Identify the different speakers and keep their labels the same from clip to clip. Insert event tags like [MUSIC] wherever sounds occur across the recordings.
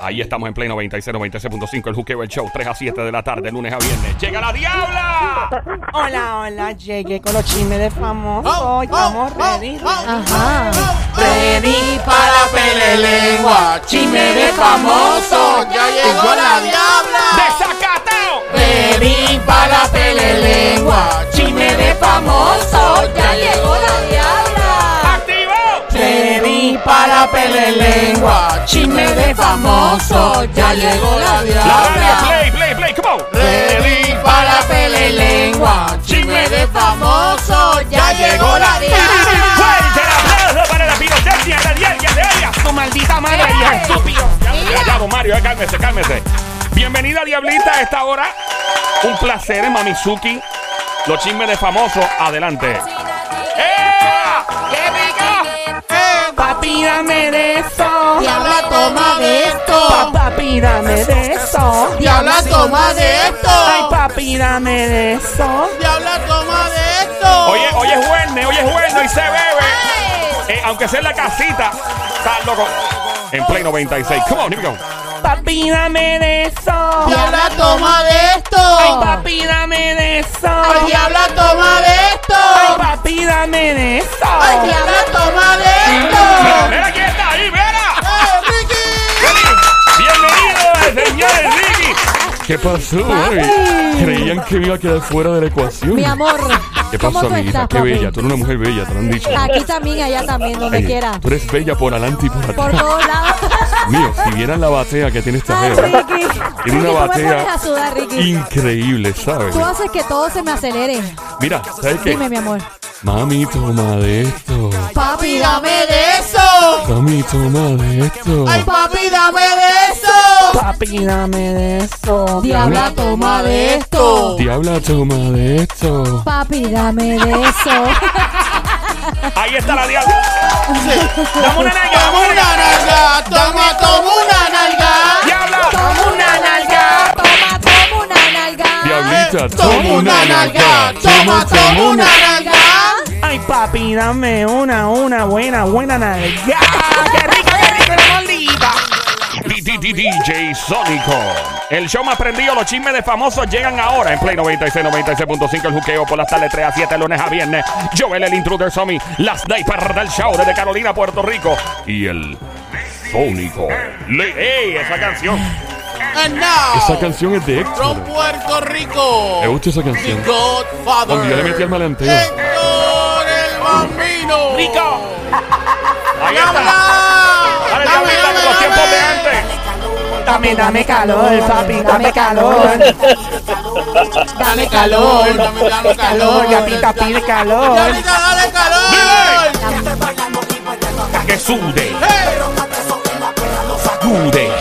Speaker 1: Ahí estamos en Play 96, 96.5, el Juqueo, el show, 3 a 7 de la tarde, lunes a viernes. ¡Llega la diabla!
Speaker 2: Hola, hola, llegué con los chismes de famoso.
Speaker 3: Oh,
Speaker 2: Estamos
Speaker 3: oh, oh,
Speaker 2: ready.
Speaker 3: oh.
Speaker 2: Ajá.
Speaker 3: Ready para pelelengua, chisme de famoso, ya llegó la diabla.
Speaker 1: ¡Desacatao!
Speaker 3: Ready para pelelengua, chisme de famoso, ya llegó la diabla.
Speaker 1: ¡Activo!
Speaker 3: Ready para pelelengua, chisme de famoso, ya llegó
Speaker 1: La
Speaker 3: la
Speaker 1: radio,
Speaker 3: diabla.
Speaker 1: play, play, play, come on.
Speaker 3: Ready para pelelengua, chisme de famoso, ya llegó la diabla.
Speaker 1: ¡Fuerte el aplauso para la pirotecnia de Diabla de Arias! ¡Tu maldita madre, hija estúpido! Ya, ya, ya, don Mario, ya, cálmese, cálmese. Bienvenida, Diablita, a esta hora. Un placer, eh, Mamizuki. Los chismes de famosos, adelante. ¡Eh! ¡Qué rico!
Speaker 2: Papi, dame de eso.
Speaker 3: Diabla, toma de
Speaker 2: Pa-
Speaker 3: esto.
Speaker 2: Papi, dame de eso.
Speaker 3: Diabla, toma de esto.
Speaker 2: Ay, papi, dame de eso.
Speaker 3: Diabla, toma de esto.
Speaker 1: Oye, oye, es jueves, hoy es jueves y se bebe. Eh, aunque sea en la casita, está loco. En Play 96. Come on, here we go.
Speaker 2: Papi, dame de eso.
Speaker 3: Diabla, toma de
Speaker 2: Ay,
Speaker 3: esto.
Speaker 2: papi, dame de eso.
Speaker 3: Ay, diabla, toma de esto.
Speaker 2: Ay, papi, dame de eso.
Speaker 3: Ay, diabla, toma de
Speaker 1: Mira,
Speaker 3: esto.
Speaker 1: mira quién está ahí, mira.
Speaker 3: ¡Eh, Ricky!
Speaker 1: Bienvenido, señores Ricky. ¿Qué pasó?
Speaker 4: Creían que me iba a quedar fuera de la ecuación.
Speaker 5: Mi amor,
Speaker 4: ¿Qué
Speaker 5: ¿cómo
Speaker 4: pasó,
Speaker 5: tú
Speaker 4: amiguita?
Speaker 5: estás,
Speaker 4: Qué
Speaker 5: papi?
Speaker 4: bella. Tú eres una mujer bella, te lo han dicho.
Speaker 5: Aquí también, allá también, donde
Speaker 4: Ey,
Speaker 5: quiera.
Speaker 4: Tú eres bella por adelante y por
Speaker 5: Por
Speaker 4: atrás.
Speaker 5: todos lados.
Speaker 4: Mío, si vieran la batea que tiene esta
Speaker 5: Ay,
Speaker 4: jeva.
Speaker 5: Ricky.
Speaker 4: Tiene una
Speaker 5: Ricky, tú me pones
Speaker 4: batea
Speaker 5: a sudar, Ricky.
Speaker 4: increíble, ¿sabes?
Speaker 5: Tú haces que todo se me acelere.
Speaker 4: Mira, ¿sabes qué?
Speaker 5: Dime, mi amor.
Speaker 4: Mami, toma de esto.
Speaker 5: Papi,
Speaker 3: Papi,
Speaker 5: dame.
Speaker 3: dame de eso.
Speaker 4: Mami, toma de esto.
Speaker 3: Ay, papi, dame de eso.
Speaker 2: Papi, dame de eso.
Speaker 5: Diabla, toma de esto.
Speaker 4: Diabla, toma de esto.
Speaker 5: Papi, dame de eso.
Speaker 1: Ahí está la diabla. Dame una nalga,
Speaker 3: Toma una nalga. Toma, toma una nalga.
Speaker 1: Diabla.
Speaker 5: Toma una nalga. Toma, toma una nalga.
Speaker 4: Diablita,
Speaker 3: Toma una nalga. Toma, toma una nalga.
Speaker 2: Ay, papi, dame una, una buena, buena nalga. Ah, ¡Qué rico, qué rico, la maldita!
Speaker 1: Di- di- di- DJ Sónico. El show más prendido, los chismes de famosos llegan ahora en Play 96, 96.5, el juqueo por las tardes 3 a 7, lunes a viernes. Joel, el intruder Somi, la sniper del show desde Carolina, Puerto Rico. Y el Sónico. Le- ¡Ey, esa canción!
Speaker 3: And now,
Speaker 4: Esa canción es de
Speaker 3: from
Speaker 4: Héctor.
Speaker 3: Puerto Rico.
Speaker 4: Me gusta esa
Speaker 3: The
Speaker 4: canción.
Speaker 3: Godfather.
Speaker 4: Cuando yo le metí al malanteo.
Speaker 3: Héctor el bambino.
Speaker 1: ¡Rico! Ahí está.
Speaker 3: ¡Habla!
Speaker 1: Dale, Diablita, con los tiempos de antes.
Speaker 2: Dame, dame calor, papi, dame calor.
Speaker 3: Dame calor, dame, dame calor.
Speaker 2: Calor, gatita pide calor.
Speaker 3: Diablita, dale calor.
Speaker 1: Que sude,
Speaker 3: Hey,
Speaker 1: sacude.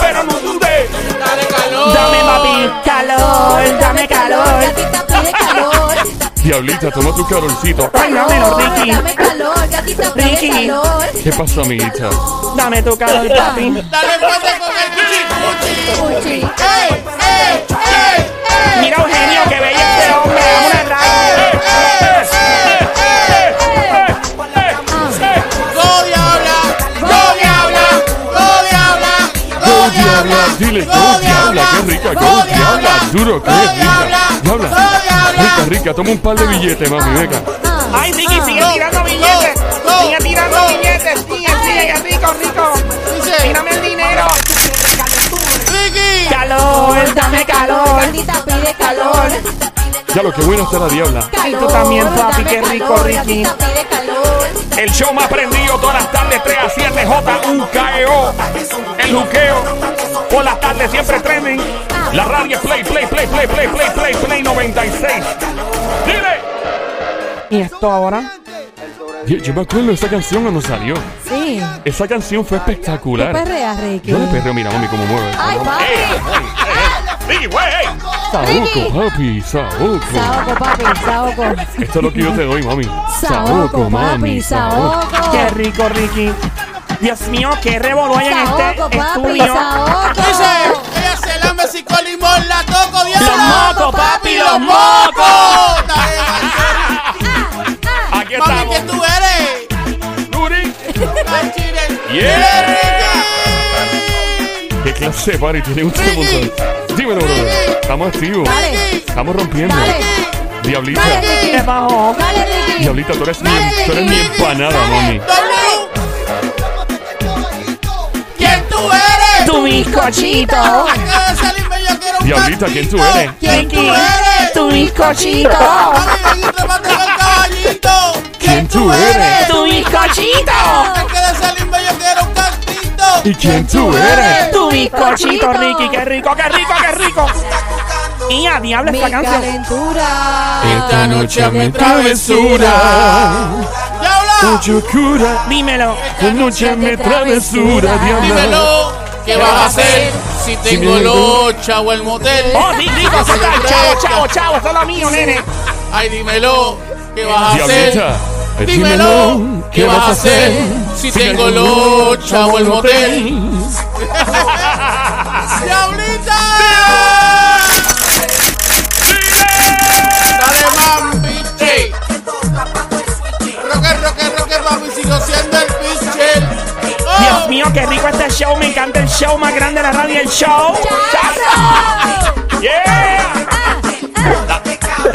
Speaker 1: Pero no dude.
Speaker 3: Dale calor.
Speaker 2: Dame, papi, calor, dame calor.
Speaker 5: Gatita pide calor.
Speaker 4: Diablita, toma tu carolcito.
Speaker 2: Ay, dámelo, Ricky.
Speaker 5: Dame calor. Gatita pide
Speaker 2: Ricky.
Speaker 5: calor.
Speaker 4: ¿Qué pasa, amiguita?
Speaker 2: Dame tu calor, papi.
Speaker 3: Dale fuerte con el cuchi, cuchi.
Speaker 5: Uchi.
Speaker 3: Hey, hey, hey, hey.
Speaker 2: Mira, Eugenio, qué bello este hombre. Dame una
Speaker 1: ¡Eh,
Speaker 2: raya.
Speaker 1: eh, eh, eh, eh, eh, eh!
Speaker 3: Go diabla, go diabla, go diabla,
Speaker 4: Go diabla, dile go diabla, qué rica, go diabla, duro, que es rica. Diabla, rica, rica, toma un par de billetes, mami, venga.
Speaker 5: Ah.
Speaker 2: Ay, Ricky, sigue
Speaker 3: No,
Speaker 2: tirando
Speaker 3: no,
Speaker 2: billetes.
Speaker 3: no,
Speaker 2: Sigue tirando
Speaker 3: no.
Speaker 2: billetes. Sigue, sigue, rico, rico. Mírame el dinero.
Speaker 3: Ricky,
Speaker 2: Calor, dame calor.
Speaker 5: Gatita pide calor.
Speaker 4: Ya lo que buena está la diabla.
Speaker 2: Ay, tú también, papi,
Speaker 5: dame
Speaker 2: qué rico,
Speaker 5: calor,
Speaker 2: Ricky.
Speaker 5: gatita pide calor.
Speaker 1: El show más prendido todas las tardes 3 a 7 J.U.K.E.O. E El juqueo por las tardes siempre trending. La radio es Play Play Play Play Play Play Play Play 96. Dile.
Speaker 2: ¿Y esto ahora?
Speaker 4: Yo, yo me acuerdo de esa canción cuando salió.
Speaker 5: Sí.
Speaker 4: Esa canción fue espectacular.
Speaker 5: Perrea, Ricky.
Speaker 4: Yo le perreo, mira, mami, cómo mueve.
Speaker 5: Ay, papi.
Speaker 1: Ricky, güey, hey.
Speaker 4: Saoco, papi, saoco.
Speaker 5: Saoco, papi, saoco.
Speaker 4: Esto es lo que yo te doy, mami.
Speaker 5: Saoco, papi, saoco.
Speaker 2: Qué rico, Ricky. Dios mío, qué revolú hay en
Speaker 5: Saoco,
Speaker 2: este
Speaker 5: papi,
Speaker 2: estudio.
Speaker 3: dice,
Speaker 5: saoco.
Speaker 3: ella se lame si con limón la toco, diabla.
Speaker 2: Los mocos, papi, los
Speaker 3: mocos. Dale,
Speaker 1: Aquí
Speaker 3: mami,
Speaker 1: estamos.
Speaker 3: que tú eres.
Speaker 4: Ese party tiene un montón. Dímelo, brother. Estamos activos.
Speaker 5: Dale.
Speaker 4: Estamos rompiendo.
Speaker 5: Dale.
Speaker 4: Diablita.
Speaker 5: Dale,
Speaker 2: ¿Qué
Speaker 5: Ricky.
Speaker 2: bajó?
Speaker 5: Dale, Ricky.
Speaker 4: Diablita, tú eres mi, tú eres mi empanada, mami.
Speaker 3: ¿Quién tú eres?
Speaker 2: Tu bizcochito.
Speaker 3: Acaba de salirme, yo quiero un
Speaker 4: Diablita, ¿quién tú
Speaker 3: cantito.
Speaker 4: eres?
Speaker 3: ¿Quién tú eres?
Speaker 2: Tu bizcochito.
Speaker 3: Dale, bellito, mándame al caballito.
Speaker 4: ¿Quién tú eres?
Speaker 2: Tu bizcochito.
Speaker 3: Acaba de salirme, yo quiero un cantito.
Speaker 4: ¿Y quién tú eres?
Speaker 2: Tu bizcochito, Ricky. Qué rico, qué rico, qué rico. Y a diablo
Speaker 5: Mi
Speaker 2: esta canción.
Speaker 5: calentura.
Speaker 4: Esta noche me travesura.
Speaker 3: ¡Diabla!
Speaker 4: Mucho cura.
Speaker 2: Dímelo.
Speaker 4: Esta noche me travesura, diabla.
Speaker 3: Dímelo, ¿qué vas a hacer si tengo
Speaker 4: me-
Speaker 3: locha o el motel?
Speaker 2: Oh, di- rico, eso está. Chavo, chavo, chavo. Eso es lo mío, nene.
Speaker 3: Ay, dímelo, ¿qué vas a hacer?
Speaker 4: Diablita. eh,
Speaker 3: Dímelo, ¿qué vas a hacer si tengo locha o el motel? ¡Diablita! Dale, mami, che. Roque, roque, roque, papi, sigo siendo el Oh. pitcher.
Speaker 2: Dios mío, qué rico este show. Me encanta el show más grande de la radio. El show. Yeah.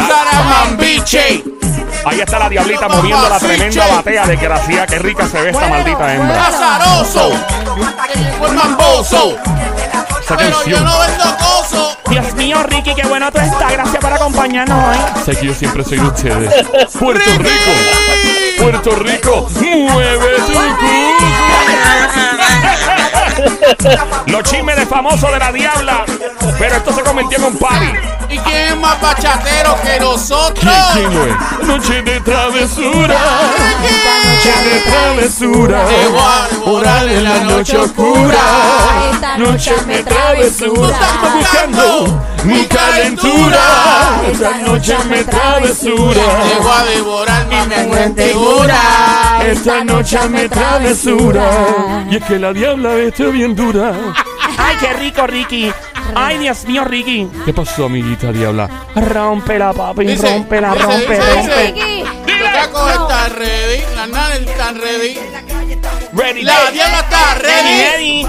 Speaker 3: Saramambiche.
Speaker 1: Ahí está la diablita moviendo la tremenda batea de gracia. Qué rica se ve esta maldita hembra.
Speaker 3: Azaroso. Fue mamboso.
Speaker 4: Esa
Speaker 3: Pero yo
Speaker 4: canción.
Speaker 3: no vendo coso.
Speaker 2: Dios mío, Ricky, qué bueno tú estás. Gracias por acompañarnos hoy.
Speaker 4: Sé que yo siempre soy de [LAUGHS] ustedes. Puerto Rico. Puerto Rico. Mueve tu culo.
Speaker 1: [LAUGHS] Los chismes de famoso de la diabla. Pero esto se convirtió en un party.
Speaker 3: ¿Y quién es más bachatero que nosotros?
Speaker 4: ¿Quién, quién lo es? Noche de travesura. Noche de travesura.
Speaker 3: Te voy a devorar en la noche oscura.
Speaker 5: Esta noche me travesura.
Speaker 4: Ando buscando mi calentura. Esta noche me
Speaker 3: Te
Speaker 4: travesura.
Speaker 3: voy a devorar mi mente dura.
Speaker 4: Esta noche me travesura. Y es que la diabla está bien dura.
Speaker 2: Ay, qué rico, Ricky. Ay, Dios mío, Ricky.
Speaker 4: ¿Qué pasó, amiguita diabla?
Speaker 2: Rómpela, papi.
Speaker 3: Dice,
Speaker 2: Rómpela,
Speaker 3: dice,
Speaker 2: rompe,
Speaker 3: dice,
Speaker 2: rompe.
Speaker 3: dice.
Speaker 5: Ricky.
Speaker 3: Los tacos están ready, las nanas están ready,
Speaker 2: Ready,
Speaker 3: la diabla está
Speaker 2: ready,
Speaker 3: ready
Speaker 2: ready.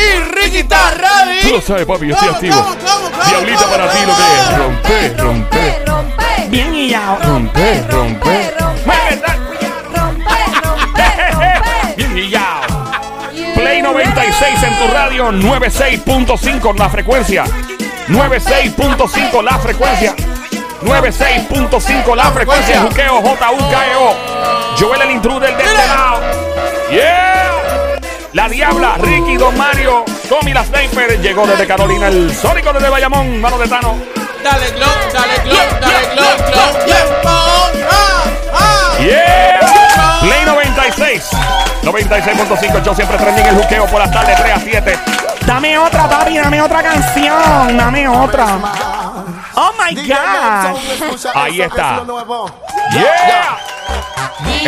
Speaker 3: y Ricky está
Speaker 4: Tú lo
Speaker 3: ready.
Speaker 4: sabes, papi, yo estoy
Speaker 3: Vamos,
Speaker 4: activo.
Speaker 3: vamos, vamos, vamos,
Speaker 4: Diablita
Speaker 3: vamos,
Speaker 4: para ti lo
Speaker 3: vamos.
Speaker 4: que es. Rompe, rompe.
Speaker 5: Rompe, rompe.
Speaker 2: Bien guillado.
Speaker 4: Rompe, rompe.
Speaker 5: Rompe, rompe,
Speaker 4: [LAUGHS]
Speaker 5: rompe.
Speaker 1: Bien guillado.
Speaker 5: rompe.
Speaker 1: Play 96 en tu radio 96.5 la frecuencia. 96.5 la frecuencia. 96.5 la frecuencia. Juqueo J-U-K-E-O. E Joel el intruder de este lado. Yeah. La Diabla, Ricky, Don Mario, Tommy la Sniper. Llegó desde Carolina el Sónico desde Bayamón. Mano de Tano.
Speaker 3: Dale glow, dale glow, dale glow, glow. Tiempo. Ah, ah.
Speaker 1: Yeah. Play 96. 96.5. Yo siempre prendí en el juqueo por las tardes 3 a 7.
Speaker 2: Dame otra, papi. Dame otra canción. Dame otra. Oh my God.
Speaker 1: Ahí está. Yeah.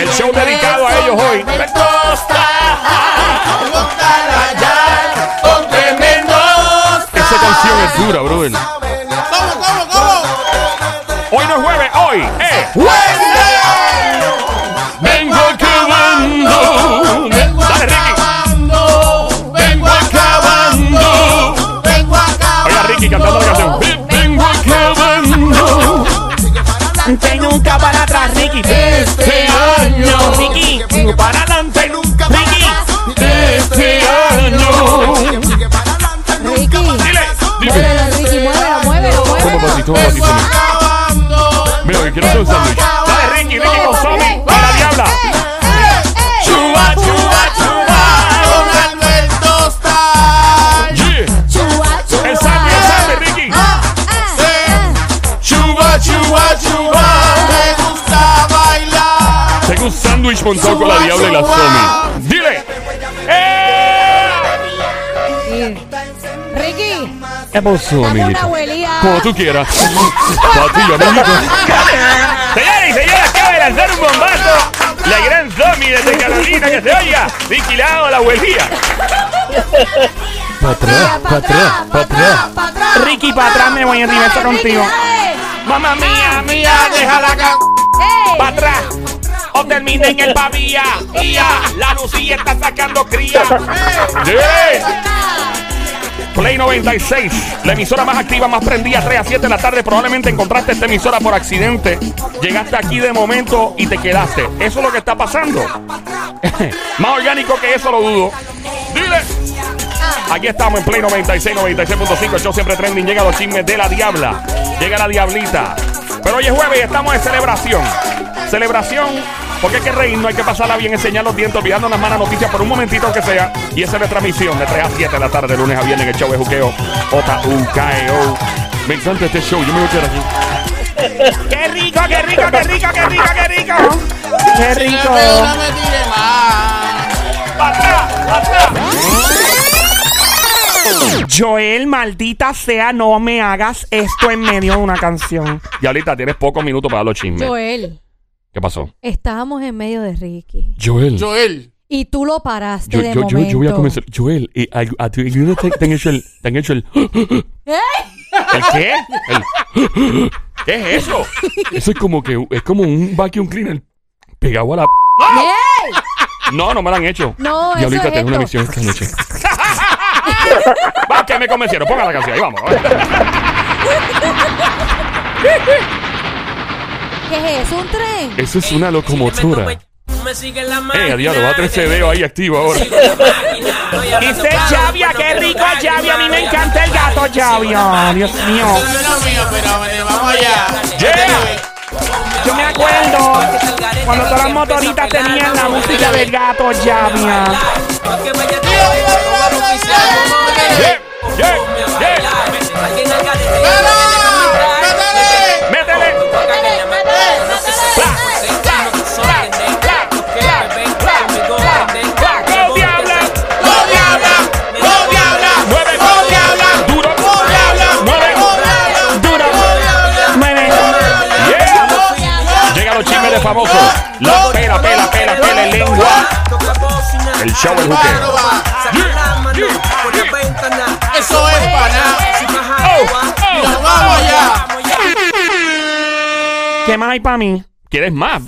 Speaker 1: El show dedicado a ellos hoy.
Speaker 4: Esa canción es dura, brother.
Speaker 3: ¿Cómo, cómo, cómo?
Speaker 1: Hoy no es jueves, hoy es
Speaker 4: Vengo acabando.
Speaker 1: Dale, Ricky.
Speaker 3: Vengo acabando, vengo
Speaker 1: Oye, a Ricky cantando la canción.
Speaker 4: Vengo acabando.
Speaker 2: Antes nunca para atrás, Ricky.
Speaker 4: Este año.
Speaker 2: Ricky. Para adelante nunca. Ricky.
Speaker 4: este año.
Speaker 5: Ricky.
Speaker 1: Dile.
Speaker 5: Muévelo, Ricky. Muévelo, muévelo,
Speaker 4: Toma
Speaker 5: muévelo.
Speaker 4: patito, toma patito. Mira, que quiero hacer un sándwich.
Speaker 1: Dale, Ricky, Ricky con Somi. Y la diabla.
Speaker 3: Chuba, chuba, chuba, Donaldo el tostal.
Speaker 4: Yeah.
Speaker 5: Chua, chua.
Speaker 1: El Sammy, el Sammy, Ricky.
Speaker 3: Chuba, chuba, chuba, me gusta bailar.
Speaker 4: Tengo un sándwich montado con la diabla y la zombie.
Speaker 1: Dile. ¡Eh!
Speaker 5: Ricky.
Speaker 4: ¿Qué pasó,
Speaker 5: Dame una
Speaker 4: amiguita?
Speaker 5: abuelía.
Speaker 4: Como tú quieras. Papi, amiguita.
Speaker 1: Señores y señoras, acaba de lanzar un bombazo. La gran zombie desde Carolina que se oiga. Vigilado a la abuelía.
Speaker 4: Pa' atrás, pa' atrás, pa' atrás.
Speaker 5: pa' atrás.
Speaker 2: Ricky, pa' atrás, me voy en reversa
Speaker 5: Dale, Ricky,
Speaker 2: contigo.
Speaker 5: dale.
Speaker 1: Mamá mía, mía,
Speaker 3: Ya Ah, deja la ca-
Speaker 5: Ey.
Speaker 1: para atrás. O terminen el pavía. Ia, la Lucía está sacando cría.
Speaker 4: Yeah.
Speaker 1: Play 96, la emisora más activa, más prendida, 3 a 7 de la tarde. Probablemente encontraste esta emisora por accidente. Llegaste aquí de momento y te quedaste. Eso es lo que está pasando. [LAUGHS] más orgánico que eso lo dudo. Dile. Aquí estamos en Play 96, 96.5. El show siempre trending. Llega los chismes de la diabla. Llega la diablita. Pero hoy es jueves y estamos en celebración. Celebración porque hay que reírnos, hay que pasarla bien, enseñar los dientes, olvidarnos las malas noticias por un momentito que sea. Y esa es nuestra misión de 3 a 7 de la tarde, de lunes a viernes, en el show de Juqueo. J-U-K-E-O.
Speaker 4: Me encanta este show, yo me voy a quedar aquí.
Speaker 2: ¡Qué rico, qué rico, qué rico, qué rico, qué rico! ¡Qué
Speaker 3: Si no
Speaker 2: rico!
Speaker 3: te doy, no me tire más.
Speaker 2: Joel, maldita sea, no me hagas esto en medio de una canción.
Speaker 1: Diablita, tienes pocos minutos para los chismes.
Speaker 5: Joel,
Speaker 1: ¿Qué pasó?
Speaker 5: estábamos en medio de Ricky.
Speaker 4: Joel.
Speaker 3: Joel,
Speaker 5: Y tú lo paraste
Speaker 4: Yo,
Speaker 5: de
Speaker 4: yo, yo,
Speaker 5: momento.
Speaker 4: yo voy a comenzar. Joel, eh, a, a ti alguna te, te han hecho el. Te han hecho el.
Speaker 5: ¿Eh?
Speaker 1: ¿El qué? El- [GASPS] ¿Qué es eso?
Speaker 4: Eso es como que. Es como un vacuum cleaner pegado a la.
Speaker 5: ¡Ey!
Speaker 1: No, no me lo han hecho.
Speaker 5: No, eso es
Speaker 4: Diablita, tengo una
Speaker 5: esto.
Speaker 4: misión esta noche.
Speaker 1: [LAUGHS] Va, que me convencieron. Ponga la canción, ahí vamos.
Speaker 5: ¿Qué es eso? ¿Un tren?
Speaker 4: Eso es una locomotora.
Speaker 6: Me sigue la
Speaker 4: Eh, diablo, va a tener CD ahí activo ahora.
Speaker 2: Dice Javia, qué rico Javia, a mí me encanta el gato Javia, Dios mío.
Speaker 3: tú no es lo mío, pero bueno, vamos allá.
Speaker 1: Yeah.
Speaker 2: Yo me acuerdo cuando todas las motoritas tenían la música del gato Javia.
Speaker 1: Yeah, yeah, yeah.
Speaker 3: ¡Métele!
Speaker 1: Métele. ¡Go, diabla!
Speaker 3: ¡Go, diabla! ¡Go, diabla!
Speaker 1: Mueve.
Speaker 3: ¡Go, diabla!
Speaker 1: Duro.
Speaker 3: ¡Go, diabla!
Speaker 1: Mueve.
Speaker 3: ¡Go, diabla!
Speaker 1: Duro.
Speaker 3: ¡Go, diabla!
Speaker 2: Mueve.
Speaker 1: Yeah. Llega los chismes de famosos. La pela, pela, pela, pela en lengua. El show el
Speaker 3: Va, no
Speaker 1: juqueo.
Speaker 3: va. Eso es para nada.
Speaker 1: Oh,
Speaker 3: Nos vamos allá.
Speaker 2: ¿Qué más hay para mí?
Speaker 1: ¿Quieres más?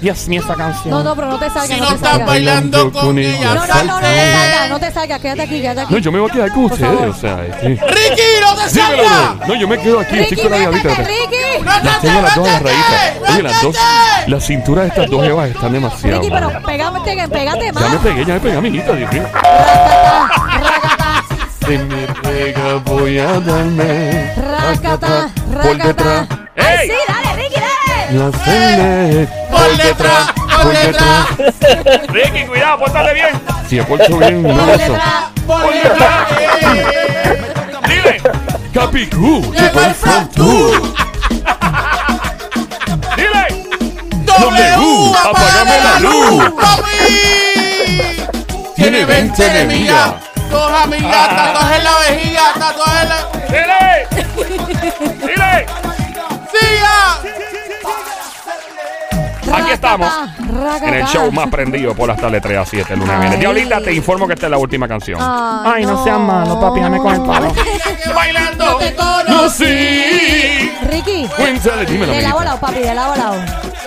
Speaker 2: Dios mío, esta canción.
Speaker 5: No, no, pero no te salgas,
Speaker 3: Si
Speaker 5: no
Speaker 3: no
Speaker 5: te
Speaker 3: estás eh.
Speaker 5: salgas.
Speaker 3: bailando con ella,
Speaker 5: No, no, no, no te
Speaker 3: salte.
Speaker 5: salgas, no te salgas, quédate aquí, quédate aquí.
Speaker 4: No, yo me voy a quedar con
Speaker 5: Por
Speaker 4: ustedes.
Speaker 5: favor.
Speaker 4: O sea, es que.
Speaker 3: ¡Ricky, no te
Speaker 4: Dímelo,
Speaker 3: salgas!
Speaker 4: Joel. No, yo me quedo aquí. Estoy
Speaker 5: Ricky,
Speaker 4: con la diablita.
Speaker 5: métete, Ricky.
Speaker 4: Las tengo las dos a las raíces. Oye, las dos. Las cinturas de estas dos evas están demasiado.
Speaker 5: Ricky,
Speaker 4: malas.
Speaker 5: pero pégate, pégate
Speaker 4: Ya me
Speaker 5: más.
Speaker 4: pegué, ya me pegué a mi hijita, Dios mío. De mi rega voy a darme.
Speaker 5: Rácata,
Speaker 4: Por
Speaker 5: rácata.
Speaker 4: detrás.
Speaker 5: Ay, sí, dale, Ricky, dale.
Speaker 4: La celé.
Speaker 3: Por detrás, por detrás,
Speaker 1: Ricky, cuidado, pórtate bien.
Speaker 4: Si aporto bien, un
Speaker 5: Por
Speaker 4: abrazo.
Speaker 5: detrás.
Speaker 3: por detrás.
Speaker 1: Dile.
Speaker 4: Capicú,
Speaker 3: Llegó el Frank tú.
Speaker 1: Dile.
Speaker 3: W,
Speaker 4: W,
Speaker 3: apágame la luz,
Speaker 4: luz.
Speaker 3: papi.
Speaker 4: Tiene 20 enemigas.
Speaker 3: Coja mi gata, coge la vejiga, tatuaje la.
Speaker 1: Dile. Dile.
Speaker 3: ¡Siga!
Speaker 1: Aquí estamos.
Speaker 5: Rácata,
Speaker 1: En el show
Speaker 5: rácata.
Speaker 1: más prendido por las tardes 3 a 7 el lunes. a viernes.
Speaker 5: Ay. Ah.
Speaker 1: Diablita, te informo que esta es la última canción.
Speaker 2: Ay, no seas malo, papi, dame con el palo.
Speaker 3: Bailando.
Speaker 5: te
Speaker 4: No,
Speaker 5: conocí.
Speaker 4: sí.
Speaker 5: Ricky,
Speaker 4: Cuéntale, dímelo,
Speaker 5: de lado a
Speaker 4: amiguita.
Speaker 5: lado, papi, de lado a lado.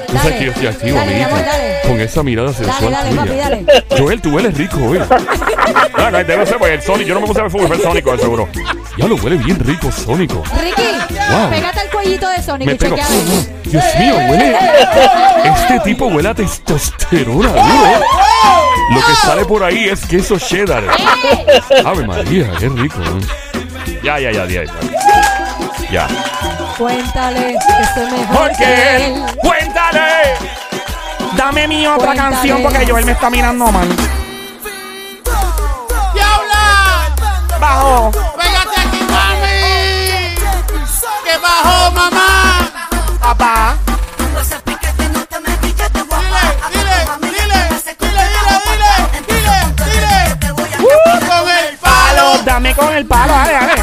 Speaker 4: Tú sabes que yo estoy activo,
Speaker 5: dale, mi amor,
Speaker 4: amiguita.
Speaker 5: dale.
Speaker 4: Con esa mirada sensual
Speaker 5: dale,
Speaker 4: tuya.
Speaker 5: papi, dale.
Speaker 4: Joel, tú hueles rico ¿eh? hoy.
Speaker 5: [LAUGHS]
Speaker 1: No, no, debe ser, pues el Sonic. Yo no me puse a ver fútbol, fue el Sónico, de seguro.
Speaker 4: Ya lo huele bien rico, Sónico.
Speaker 5: Ricky,
Speaker 4: Wow.
Speaker 5: pégate el cuellito de Sonic
Speaker 4: Me
Speaker 5: y
Speaker 4: pego.
Speaker 5: chequeame.
Speaker 4: Dios mío, huele. Este tipo huele a testosterona, duro. Lo que sale por ahí es queso cheddar.
Speaker 5: Eh.
Speaker 4: Ave María, qué rico. ¿eh?
Speaker 1: Ya, ya, ya, ya. Ya. ya.
Speaker 5: Cuéntale que soy mejor que
Speaker 1: Porque
Speaker 5: él.
Speaker 1: él, cuéntale.
Speaker 2: Dame mi otra
Speaker 5: Cuéntale.
Speaker 2: canción porque Joel me está mirando mal.
Speaker 3: ¡Diabla!
Speaker 2: Bajo.
Speaker 3: ¡Pégate aquí, mami! ¡Que bajó, mamá!
Speaker 2: Papá.
Speaker 3: Dile, dile, dile, dile, dile, dile, dile. Con el palo,
Speaker 2: Dame con el palo, dale, dale.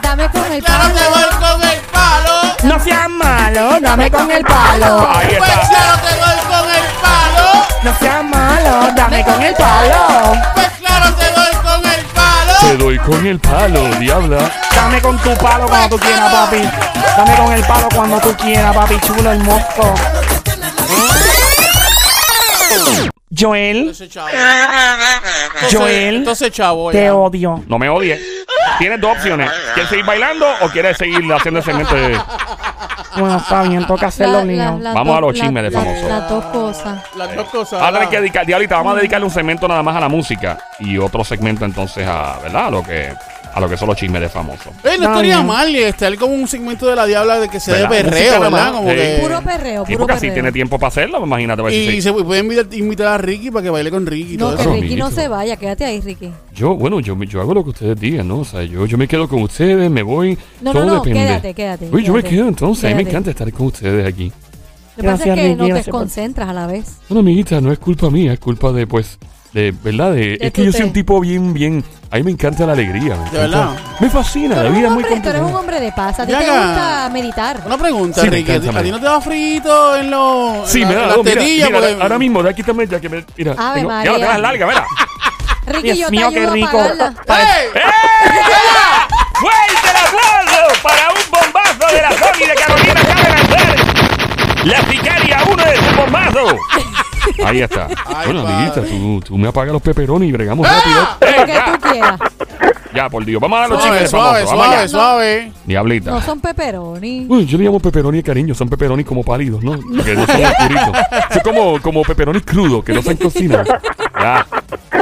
Speaker 5: Dame con el
Speaker 3: claro
Speaker 5: palo.
Speaker 3: te voy con el palo.
Speaker 2: No seas malo, dame con el palo.
Speaker 1: Ahí
Speaker 3: Pues
Speaker 1: está.
Speaker 3: claro te voy con el palo.
Speaker 2: No seas malo, dame con el palo.
Speaker 3: Pues claro te voy con el
Speaker 4: Te
Speaker 5: Pues,
Speaker 3: palo.
Speaker 4: doy con el palo, diabla.
Speaker 2: Dame con tu palo cuando tú quieras, papi. Dame con el palo cuando tú quieras, papi. Chulo el mosco. Joel,
Speaker 3: Entonces, chavo. Entonces-
Speaker 2: Joel,
Speaker 3: Entonces, chavo.
Speaker 2: te
Speaker 3: ya.
Speaker 2: odio.
Speaker 7: No me odies. Tienes dos opciones. ¿Quieres seguir bailando o quieres seguir haciendo el segmento de...
Speaker 2: Bueno, está bien, toca hacerlo
Speaker 5: La- la-
Speaker 2: mío.
Speaker 5: las
Speaker 7: Vamos a
Speaker 5: dos-
Speaker 7: los chismes de
Speaker 5: la- la-
Speaker 7: famosos.
Speaker 5: Las dos cosas.
Speaker 3: Las dos cosas.
Speaker 7: Ahora hay que
Speaker 3: ¿verdad?
Speaker 7: dedicar, diablita, vamos a dedicarle un segmento nada más a la música y otro segmento entonces a, ¿verdad? A lo que, a lo que son los chismes de famosos.
Speaker 3: Ey, no
Speaker 2: Está
Speaker 3: estaría
Speaker 2: bien.
Speaker 3: mal estar como un segmento de la diabla de que se dé
Speaker 7: ¿Verdad?
Speaker 3: berreo,
Speaker 7: Música
Speaker 3: ¿verdad?
Speaker 7: nomás.
Speaker 3: Como
Speaker 7: Sí.
Speaker 3: que.
Speaker 5: Puro perreo,
Speaker 7: Y
Speaker 5: puro
Speaker 7: porque
Speaker 5: perreo.
Speaker 7: así tiene tiempo para hacerlo, imagínate.
Speaker 1: Pues
Speaker 7: va a decir,
Speaker 3: Y se puede invitar, invitar a Ricky para que baile con Ricky y
Speaker 5: No,
Speaker 3: todo
Speaker 5: que
Speaker 3: eso.
Speaker 7: Eso
Speaker 5: Ricky no
Speaker 7: mismo.
Speaker 5: se vaya, quédate ahí, Ricky.
Speaker 1: Yo, bueno, yo, me- yo hago lo que ustedes digan, ¿no? O sea, yo, yo me quedo con ustedes, me voy.
Speaker 5: No,
Speaker 1: todo
Speaker 5: no, no,
Speaker 1: depende.
Speaker 5: quédate, quédate.
Speaker 1: Uy, yo me
Speaker 5: quédate.
Speaker 1: quedo entonces. A mí me
Speaker 5: Quédate.
Speaker 1: encanta estar con ustedes aquí.
Speaker 5: Lo que pasa
Speaker 2: Gracias,
Speaker 5: es que
Speaker 2: Ricky,
Speaker 5: no te
Speaker 2: gracias por-
Speaker 5: desconcentras a la vez.
Speaker 1: Bueno, amiguita, no es culpa mía, es culpa de, pues, de, ¿verdad? De,
Speaker 5: De
Speaker 1: es
Speaker 5: tu
Speaker 1: que yo soy
Speaker 5: té.
Speaker 1: un tipo bien, bien. A mí me encanta la alegría. Me encanta-
Speaker 3: verdad?
Speaker 1: Me fascina, la
Speaker 5: Tú eres
Speaker 1: vida es
Speaker 5: un
Speaker 1: muy
Speaker 5: hombre- tú eres un
Speaker 1: complicada.
Speaker 5: hombre de paz. A ti te
Speaker 3: Yaga.
Speaker 5: gusta meditar.
Speaker 2: eh.
Speaker 3: Una pregunta,
Speaker 1: Sí, me
Speaker 3: Ricky. ¿A ti-
Speaker 1: encanta,
Speaker 3: ¿A ti
Speaker 1: man.
Speaker 3: no te da frito en los.
Speaker 1: Sí,
Speaker 3: en
Speaker 1: me
Speaker 3: la-
Speaker 1: da
Speaker 3: en
Speaker 1: dado,
Speaker 3: las
Speaker 1: mira,
Speaker 3: tetillas?
Speaker 1: mira,
Speaker 3: porque-
Speaker 1: ahora mismo, de aquí también, ya que me, mira,
Speaker 5: pues. Ave
Speaker 1: tengo-
Speaker 7: Ya
Speaker 5: María.
Speaker 7: la tengas larga,
Speaker 1: [LAUGHS]
Speaker 7: mira.
Speaker 5: Ricky, yo
Speaker 2: Dios
Speaker 5: te
Speaker 2: mío, qué
Speaker 5: ayudo a
Speaker 2: rico.
Speaker 5: apagarla.
Speaker 2: Parece-
Speaker 1: ¡Eh!
Speaker 3: ¡Ey!
Speaker 7: ¡Fuerte el aplauso para un bombazo de la Sony de Carolina Cabernet! ¡La sicaria uno de su
Speaker 5: [LAUGHS]
Speaker 7: bombazo!
Speaker 1: Ahí está.
Speaker 3: Ay,
Speaker 1: bueno,
Speaker 3: padre. ¡Ah!
Speaker 1: amiguita, tú, tú me apagas los peperones y bregamos rápido. ¡Eh!
Speaker 5: Lo que tú quieras.
Speaker 7: Ya, por Dios. Vamos a dar los chismes
Speaker 3: Suave,
Speaker 7: de
Speaker 3: suave,
Speaker 7: famosos. Vamos allá.
Speaker 3: suave, suave.
Speaker 7: Diablita.
Speaker 5: No son peperoni.
Speaker 1: Bueno, yo le llamo peperoni cariño, son peperoni como pálidos, ¿no? Que no son oscuritos. Son como, como peperoni crudos, que no se han cocinado.
Speaker 7: Ya.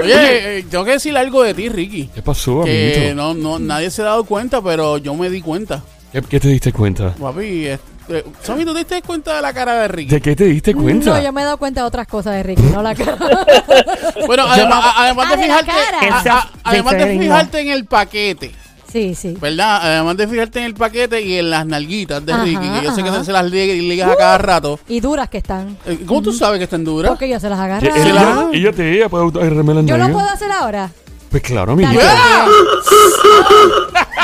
Speaker 3: Oye, eh, tengo que decir algo de ti, Ricky.
Speaker 1: ¿Qué pasó,
Speaker 3: Que
Speaker 1: amiguito?
Speaker 3: no, no, nadie se ha dado cuenta, pero yo me di cuenta.
Speaker 1: ¿Qué, qué te diste cuenta?
Speaker 3: Papi, este, Sammy, ¿tú te diste cuenta de la cara de Ricky?
Speaker 1: ¿De qué te diste cuenta?
Speaker 5: No, yo me he dado cuenta de otras cosas de Ricky, no la [LAUGHS] cara.
Speaker 3: Bueno, además, a- además
Speaker 5: Ah,
Speaker 3: de
Speaker 5: de la
Speaker 3: fijarte,
Speaker 5: cara.
Speaker 3: a- a- además de
Speaker 2: Esa-
Speaker 3: fijarte en el paquete,
Speaker 5: Sí, sí.
Speaker 3: ¿verdad? Además de fijarte en el paquete y en las nalguitas de
Speaker 5: Ajá,
Speaker 3: Ricky, que yo sé que
Speaker 5: ajá. Uh.
Speaker 3: se las li- ligas a cada rato.
Speaker 5: Y duras que están.
Speaker 3: Eh, ¿Cómo tú sabes que están duras?
Speaker 5: Porque yo se las
Speaker 1: Que
Speaker 5: agarro.
Speaker 3: ¿Se
Speaker 1: Ella,
Speaker 3: la-
Speaker 1: ella te ella puede agarrarme las
Speaker 5: Yo lo
Speaker 1: nalgas.
Speaker 5: puedo hacer ahora.
Speaker 1: Pues claro, amiguita.
Speaker 3: ¡Ah!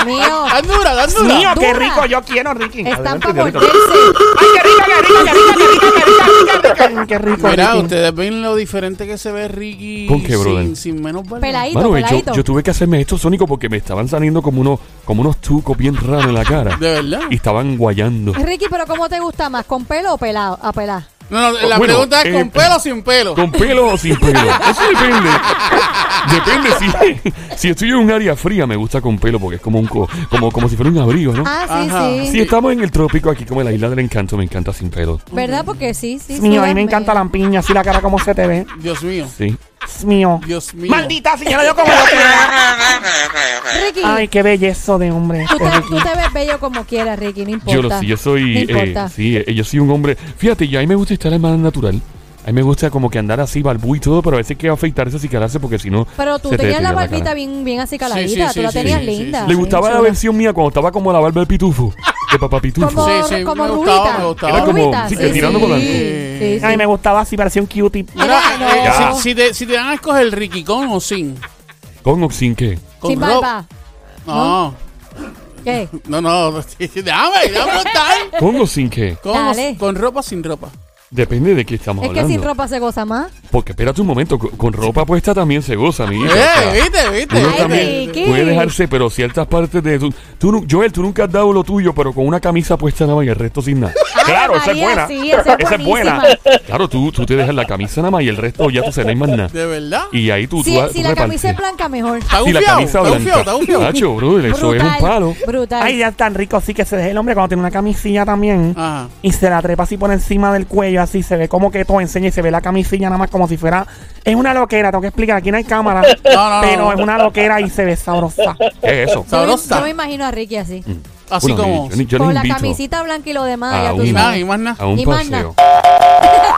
Speaker 5: Mío.
Speaker 3: ¡Están duras, están duras!
Speaker 7: Mío, qué
Speaker 5: Dura. Eh.
Speaker 7: rico. Yo quiero, Ricky.
Speaker 5: Están
Speaker 7: Adelante,
Speaker 5: para
Speaker 7: Diablita.
Speaker 5: volverse.
Speaker 7: ¡Ay, qué rico, qué rico, qué rico, qué rico, qué rico, qué rico, qué rico!
Speaker 2: Qué rico.
Speaker 3: Mira,
Speaker 2: Ricky.
Speaker 3: ustedes ven lo diferente que se ve Ricky
Speaker 1: ¿Con qué,
Speaker 3: sin,
Speaker 1: brother?
Speaker 3: sin menos barba.
Speaker 5: Peladito,
Speaker 1: Mano, yo,
Speaker 5: peladito.
Speaker 1: yo tuve que hacerme esto sónico porque me estaban saliendo como unos, como unos tucos bien raros en la cara.
Speaker 3: ¿De verdad?
Speaker 1: Y estaban guayando.
Speaker 5: Ricky, pero ¿cómo te gusta más? ¿Con pelo o pelado? A pelar.
Speaker 3: No, no, la
Speaker 1: Bueno,
Speaker 3: pregunta es:
Speaker 1: eh,
Speaker 3: ¿con pelo o sin pelo?
Speaker 1: ¿Con pelo o sin pelo? Eso depende. Depende si, si estoy en un área fría, me gusta con pelo porque es como un co- como, como si fuera un abrigo, ¿no?
Speaker 5: Ah, sí,
Speaker 3: Ajá.
Speaker 5: sí.
Speaker 1: Si estamos en el trópico aquí como en la isla del encanto, me encanta sin pelo.
Speaker 5: ¿Verdad? Porque sí, sí.
Speaker 2: Dios mío, a
Speaker 5: sí,
Speaker 2: mí me
Speaker 5: dame.
Speaker 2: encanta la piña, así la cara como se te ve.
Speaker 3: Dios mío,
Speaker 1: Sí.
Speaker 2: Dios mío.
Speaker 3: Dios mío.
Speaker 7: Maldita señora, yo como yo quiero.
Speaker 5: Ricky,
Speaker 2: Ay, qué belleza de hombre.
Speaker 5: tú,
Speaker 2: este
Speaker 5: te,
Speaker 2: Ricky.
Speaker 5: tú te ves bello como quieras, Ricky, no importa.
Speaker 1: Yo lo sí, yo soy.
Speaker 5: No
Speaker 1: eh,
Speaker 5: importa.
Speaker 1: sí, eh, yo soy un hombre. Fíjate, ya a mí me gusta estar en manera natural. A mí me gusta como que andar así, balbú y todo, pero a veces hay que afeitarse, aciclarse porque si no.
Speaker 5: Pero tú
Speaker 1: se te
Speaker 5: tenías la
Speaker 1: tira
Speaker 5: barbita
Speaker 1: cara.
Speaker 5: bien, bien así
Speaker 3: Sí, sí,
Speaker 5: caladita,
Speaker 3: sí,
Speaker 5: tú la
Speaker 3: sí,
Speaker 5: tenías
Speaker 3: sí,
Speaker 5: linda.
Speaker 1: Le
Speaker 5: sí,
Speaker 1: gustaba la
Speaker 5: chula.
Speaker 1: versión mía cuando estaba como la barba del pitufo, de
Speaker 5: [LAUGHS]
Speaker 1: papá pitufo.
Speaker 5: Como,
Speaker 3: Sí, sí,
Speaker 5: como
Speaker 3: me
Speaker 5: rubita.
Speaker 3: gustaba, me gustaba.
Speaker 1: Era como-
Speaker 5: Rubita,
Speaker 1: sí, que tirando por la-
Speaker 5: sí, sí.
Speaker 2: Ay, me gustaba así, parecía un cutie.
Speaker 3: Mira,
Speaker 5: Mira,
Speaker 3: eh,
Speaker 7: no.
Speaker 3: si, si te, si te dan a escoger Ricky con o sin.
Speaker 1: Con o sin qué.
Speaker 3: Con
Speaker 5: Sin
Speaker 3: ropa.
Speaker 5: barba.
Speaker 3: No,
Speaker 5: ¿Qué?
Speaker 3: no, no. [LAUGHS] Déjame, déjame estar.
Speaker 1: Con o sin qué.
Speaker 3: [LAUGHS] Con,
Speaker 5: Dale.
Speaker 3: con ropa o sin ropa.
Speaker 1: Depende de qué estamos
Speaker 5: Es que
Speaker 1: hablando.
Speaker 5: sin ropa se goza más.
Speaker 1: Porque espérate un momento, con, con ropa puesta también se goza, mi
Speaker 3: Eh, viste, viste.
Speaker 1: Uno
Speaker 5: Ay,
Speaker 1: también
Speaker 5: Ricky.
Speaker 1: puede dejarse, pero ciertas partes de tu, tú nu- Joel, tú nunca has dado lo tuyo, pero con una camisa puesta nada más y el resto sin nada.
Speaker 7: Claro, esa es
Speaker 5: Ah, María,
Speaker 7: buena.
Speaker 5: sí, esa es
Speaker 7: Esa es buena.
Speaker 5: buenísima.
Speaker 1: Claro, tú, tú te dejas la camisa nada más y el resto ya tú se no hay más nada.
Speaker 3: De verdad.
Speaker 1: Y ahí tú,
Speaker 5: Si,
Speaker 1: tú,
Speaker 5: si
Speaker 1: tú
Speaker 5: la
Speaker 1: repartes.
Speaker 5: camisa es blanca, mejor.
Speaker 3: Está
Speaker 1: Si la
Speaker 3: gufiado,
Speaker 1: camisa
Speaker 3: está gufiado, está
Speaker 1: blanca.
Speaker 3: gufiado.
Speaker 1: Nacho, brother, eso es un
Speaker 5: Brutal,
Speaker 1: palo.
Speaker 5: Brutal.
Speaker 2: Ay, ya tan rico, así que se deje el hombre cuando tiene una camisilla también.
Speaker 3: Ajá.
Speaker 2: Y se la trepa así por encima del cuello, así se ve como que todo enseña y se ve la camisilla nada más como si fuera. Es una loquera, tengo que explicar, aquí no hay cámara.
Speaker 3: [LAUGHS] No, no,
Speaker 2: pero
Speaker 3: no.
Speaker 2: es una loquera y se ve sabrosa.
Speaker 1: ¿Qué es eso?
Speaker 5: Yo me-
Speaker 3: Sabrosa.
Speaker 5: Yo me imagino a Ricky así.
Speaker 3: Así
Speaker 1: Bueno,
Speaker 3: como.
Speaker 1: Mm, yo, ni- yo le
Speaker 5: Con la
Speaker 1: invito
Speaker 5: camisita blanca y lo demás.
Speaker 1: Ah,
Speaker 5: ya tú
Speaker 1: un-
Speaker 3: Y
Speaker 5: sabes.
Speaker 3: nada, y más
Speaker 1: a
Speaker 3: nada.
Speaker 1: un
Speaker 5: Y más nada.
Speaker 1: paseo.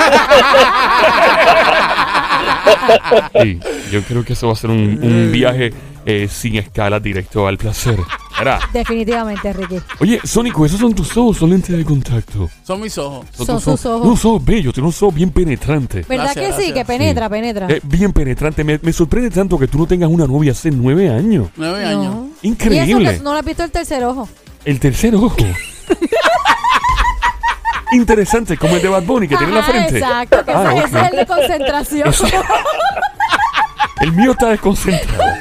Speaker 1: Sí, yo creo que eso va a ser un, un viaje eh, sin escala directo al placer. Era.
Speaker 5: Definitivamente, Ricky.
Speaker 1: Oye, Sónico, esos son tus ojos, son lentes de contacto.
Speaker 3: Son mis ojos.
Speaker 5: Son
Speaker 1: tus
Speaker 5: sus ojos.
Speaker 1: No, son bellos, tiene un ojos bien penetrante.
Speaker 5: ¿Verdad
Speaker 3: Gracias,
Speaker 5: que sí?
Speaker 3: gracias.
Speaker 5: Que penetra, penetra.
Speaker 1: Eh, bien penetrante. Me, me sorprende tanto que tú no tengas una novia hace nueve años.
Speaker 3: Nueve
Speaker 5: No.
Speaker 3: años.
Speaker 5: Y eso
Speaker 1: Increíble.
Speaker 5: que no le has visto el tercer ojo.
Speaker 1: El tercer
Speaker 5: [LAUGHS]
Speaker 1: ojo. Interesante, como el de Bad Bunny que tiene en la
Speaker 5: Ajá,
Speaker 1: frente.
Speaker 5: Exacto, que
Speaker 1: Ah,
Speaker 5: ese,
Speaker 1: ok.
Speaker 5: ese es el de concentración.
Speaker 1: El mío está desconcentrado.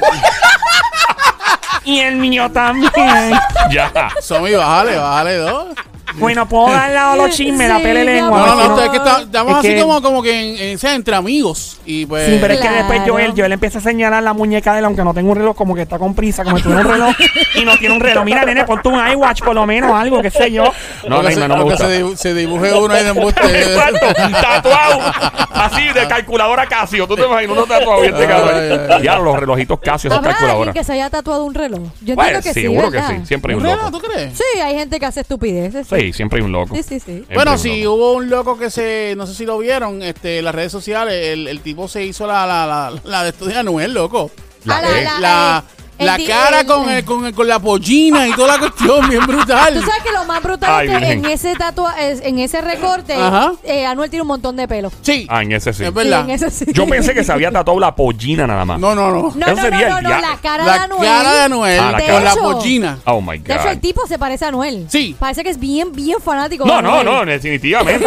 Speaker 2: Y el mío también.
Speaker 1: ya.
Speaker 3: [LAUGHS]
Speaker 1: [LAUGHS]
Speaker 3: Somi, bájale, bájale dos.
Speaker 2: Bueno, puedo dar lado a los chismes, la
Speaker 5: Sí,
Speaker 2: pele
Speaker 5: mi
Speaker 2: lengua. porque
Speaker 3: No, no,
Speaker 5: amor. no.
Speaker 3: no, es que está- estamos
Speaker 2: Es
Speaker 3: así
Speaker 2: que-
Speaker 3: como, como que en, en- sea entre amigos. Y pues.
Speaker 2: Sí, pero es que
Speaker 5: Claro.
Speaker 2: después Joel, Joel empieza a señalar la muñeca de él, aunque no tenga un reloj, como que está con prisa, como si tuviera un reloj y no tiene un reloj. Mira, nene, ponte un iWatch por lo menos, algo, qué sé yo.
Speaker 1: No,
Speaker 3: lo que
Speaker 1: Neymar, no me
Speaker 3: se- lo que
Speaker 1: gusta.
Speaker 3: se, dibu- se dibuje uno ahí de
Speaker 1: [LAUGHS]
Speaker 3: embuste.
Speaker 1: Exacto, tatuado.
Speaker 3: [LAUGHS]
Speaker 1: Así de calculadora Casio. ¿Tú te imaginas uno tatuado bien este
Speaker 3: Ay, ay,
Speaker 1: cabrón?
Speaker 3: ay.
Speaker 1: Ya los relojitos Casio, esas
Speaker 5: ¿Habrá alguien
Speaker 1: calculadoras.
Speaker 5: que se haya tatuado un reloj? Yo
Speaker 1: Bueno,
Speaker 5: entiendo que sí,
Speaker 1: seguro que
Speaker 5: ¿verdad?
Speaker 1: sí. Siempre hay un
Speaker 3: ¿Reno, tú
Speaker 1: loco.
Speaker 3: crees?
Speaker 5: Sí, hay gente que hace estupideces. Sí,
Speaker 1: Sí, siempre hay un loco.
Speaker 5: sí, sí. sí.
Speaker 1: Siempre hay
Speaker 3: Bueno,
Speaker 1: un
Speaker 3: si
Speaker 1: loco.
Speaker 3: hubo un loco que se, no sé si lo vieron, este, en las redes sociales, el, el tipo se hizo la, la, la, la de estudio de Anuel, loco.
Speaker 1: La
Speaker 5: Ah,
Speaker 1: de-
Speaker 3: La,
Speaker 5: eh, el
Speaker 3: la
Speaker 5: di-
Speaker 3: cara
Speaker 5: el-
Speaker 3: con, el, con, el- con la pollina y toda la cuestión, bien brutal.
Speaker 5: Tú sabes que lo más brutal
Speaker 1: Ay,
Speaker 5: es que
Speaker 1: virgen.
Speaker 5: en ese, tatua es- en ese recorte,
Speaker 3: Ajá.
Speaker 5: eh, Anuel tiene un montón de pelo.
Speaker 3: Sí,
Speaker 1: Ah, en ese sí.
Speaker 3: es
Speaker 5: Sí,
Speaker 3: verdad.
Speaker 5: en ese sí.
Speaker 1: Yo pensé que se había tatuado la pollina nada más.
Speaker 3: No, no, no.
Speaker 5: No,
Speaker 1: Eso
Speaker 5: no, no,
Speaker 1: sería
Speaker 5: no,
Speaker 1: el
Speaker 5: no,
Speaker 1: ya-
Speaker 5: la cara
Speaker 3: la
Speaker 5: de Anuel.
Speaker 3: cara de Anuel
Speaker 1: Ah, la
Speaker 3: con la
Speaker 5: cara.
Speaker 3: pollina.
Speaker 1: Oh my
Speaker 5: De hecho, el
Speaker 1: God.
Speaker 5: tipo se parece a Anuel.
Speaker 3: Sí.
Speaker 5: Parece que es bien, bien fanático. de
Speaker 1: No, no,
Speaker 5: Anuel.
Speaker 1: no,
Speaker 5: [LAUGHS]
Speaker 1: definitivamente.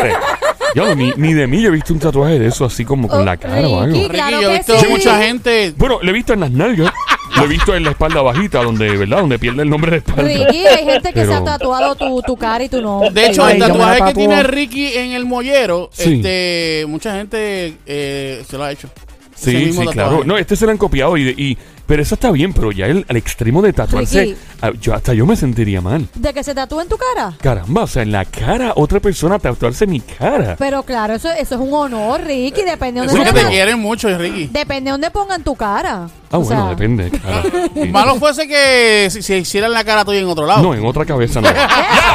Speaker 4: Ya, ni, ni de mí yo he visto un tatuaje de eso así como con
Speaker 5: Oh,
Speaker 4: la cara o algo.
Speaker 5: Ricky.
Speaker 3: Ricky,
Speaker 5: Claro
Speaker 3: yo he
Speaker 5: que
Speaker 3: visto
Speaker 5: sí.
Speaker 3: mucha gente.
Speaker 4: Bueno, lo he visto en las nalgas, lo he visto en la espalda bajita, donde, ¿verdad? Donde pierde el nombre de espalda.
Speaker 5: Ricky, hay gente que se
Speaker 4: Pero-
Speaker 5: ha tatuado tu, tu cara y tu nombre.
Speaker 3: De hecho,
Speaker 2: Ay,
Speaker 3: el
Speaker 2: yo me la
Speaker 3: tatuaje que
Speaker 2: tatúo.
Speaker 3: tiene Ricky en el mollero,
Speaker 4: Sí.
Speaker 3: este, mucha gente eh, se lo ha hecho. Ese
Speaker 4: Sí,
Speaker 3: mismo
Speaker 4: sí,
Speaker 3: tatuaje.
Speaker 4: claro. No, este se lo han copiado y, y pero eso está bien, pero ya el, al extremo de tatuarse,
Speaker 5: Ricky.
Speaker 4: ah, yo hasta yo me sentiría mal.
Speaker 5: De que se tatúe en tu cara.
Speaker 4: Caramba, o sea, en la cara otra persona tatuarse mi cara.
Speaker 5: Pero claro, eso, eso es un honor, Ricky. Depende de
Speaker 3: Eso
Speaker 5: dónde
Speaker 3: es que te
Speaker 5: pongan,
Speaker 3: quieren mucho, Ricky.
Speaker 5: depende de dónde pongan tu cara.
Speaker 4: Ah,
Speaker 5: O
Speaker 4: bueno,
Speaker 5: sea,
Speaker 4: depende,
Speaker 5: [LAUGHS]
Speaker 4: cara. Sí.
Speaker 3: Malo fuese que si, si hicieran la cara tuya en otro lado.
Speaker 4: No, en otra cabeza no.
Speaker 1: Ya,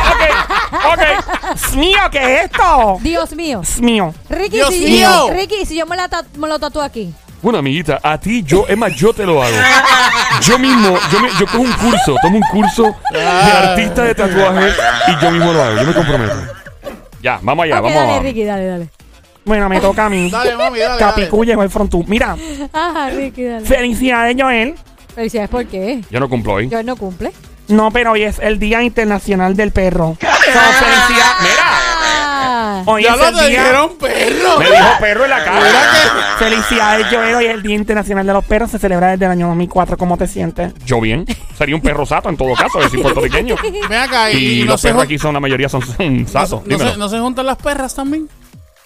Speaker 1: ok, ok.
Speaker 2: Dios mío, ¿qué es esto?
Speaker 5: Dios mío.
Speaker 2: Dios mío.
Speaker 5: Ricky,
Speaker 3: Dios
Speaker 5: si,
Speaker 3: mío.
Speaker 5: Ricky, si yo me, la tat- me lo tatúo aquí.
Speaker 4: Bueno, amiguita, a ti yo, es más, yo te lo hago. Yo mismo, yo, me, yo cojo un curso, tomo un curso de artista de tatuaje y yo mismo lo hago, yo me comprometo.
Speaker 1: Ya, vamos allá,
Speaker 5: Ok,
Speaker 1: vamos.
Speaker 5: dale,
Speaker 1: a-
Speaker 5: Ricky, dale, dale. [LAUGHS]
Speaker 2: Bueno, me toca a mí.
Speaker 3: Dale, mami, dale. dale.
Speaker 2: Capicú llegó el frontú. Mira,
Speaker 5: Ajá, Ah, Ricky, dale.
Speaker 2: felicidades, Joel.
Speaker 5: Felicidades, ¿por qué?
Speaker 1: Yo no cumplo hoy.
Speaker 5: Yo no cumple.
Speaker 2: No, pero hoy es el Día Internacional del Perro. So, felicidad. Mira,
Speaker 5: Ah,
Speaker 2: hoy
Speaker 3: Ya
Speaker 2: es
Speaker 3: lo
Speaker 2: el
Speaker 3: te
Speaker 2: día.
Speaker 3: dijeron, perro.
Speaker 1: Me dijo perro en la cara.
Speaker 2: Felicidades, Joel. Hoy es el Día Internacional de los Perros. Se celebra desde el año 2004. ¿Cómo te sientes?
Speaker 1: Yo bien. Sería un perro sato en todo caso, yo soy
Speaker 5: [LAUGHS]
Speaker 1: puertorriqueño.
Speaker 2: Ah, pues,
Speaker 3: Ven acá
Speaker 1: Y
Speaker 3: y, no,
Speaker 1: los
Speaker 3: se
Speaker 1: perros
Speaker 3: jun-
Speaker 1: aquí son, la mayoría son, son
Speaker 3: no,
Speaker 1: satos.
Speaker 3: se- no
Speaker 1: Dímelo.
Speaker 3: se, no se juntan las perras también.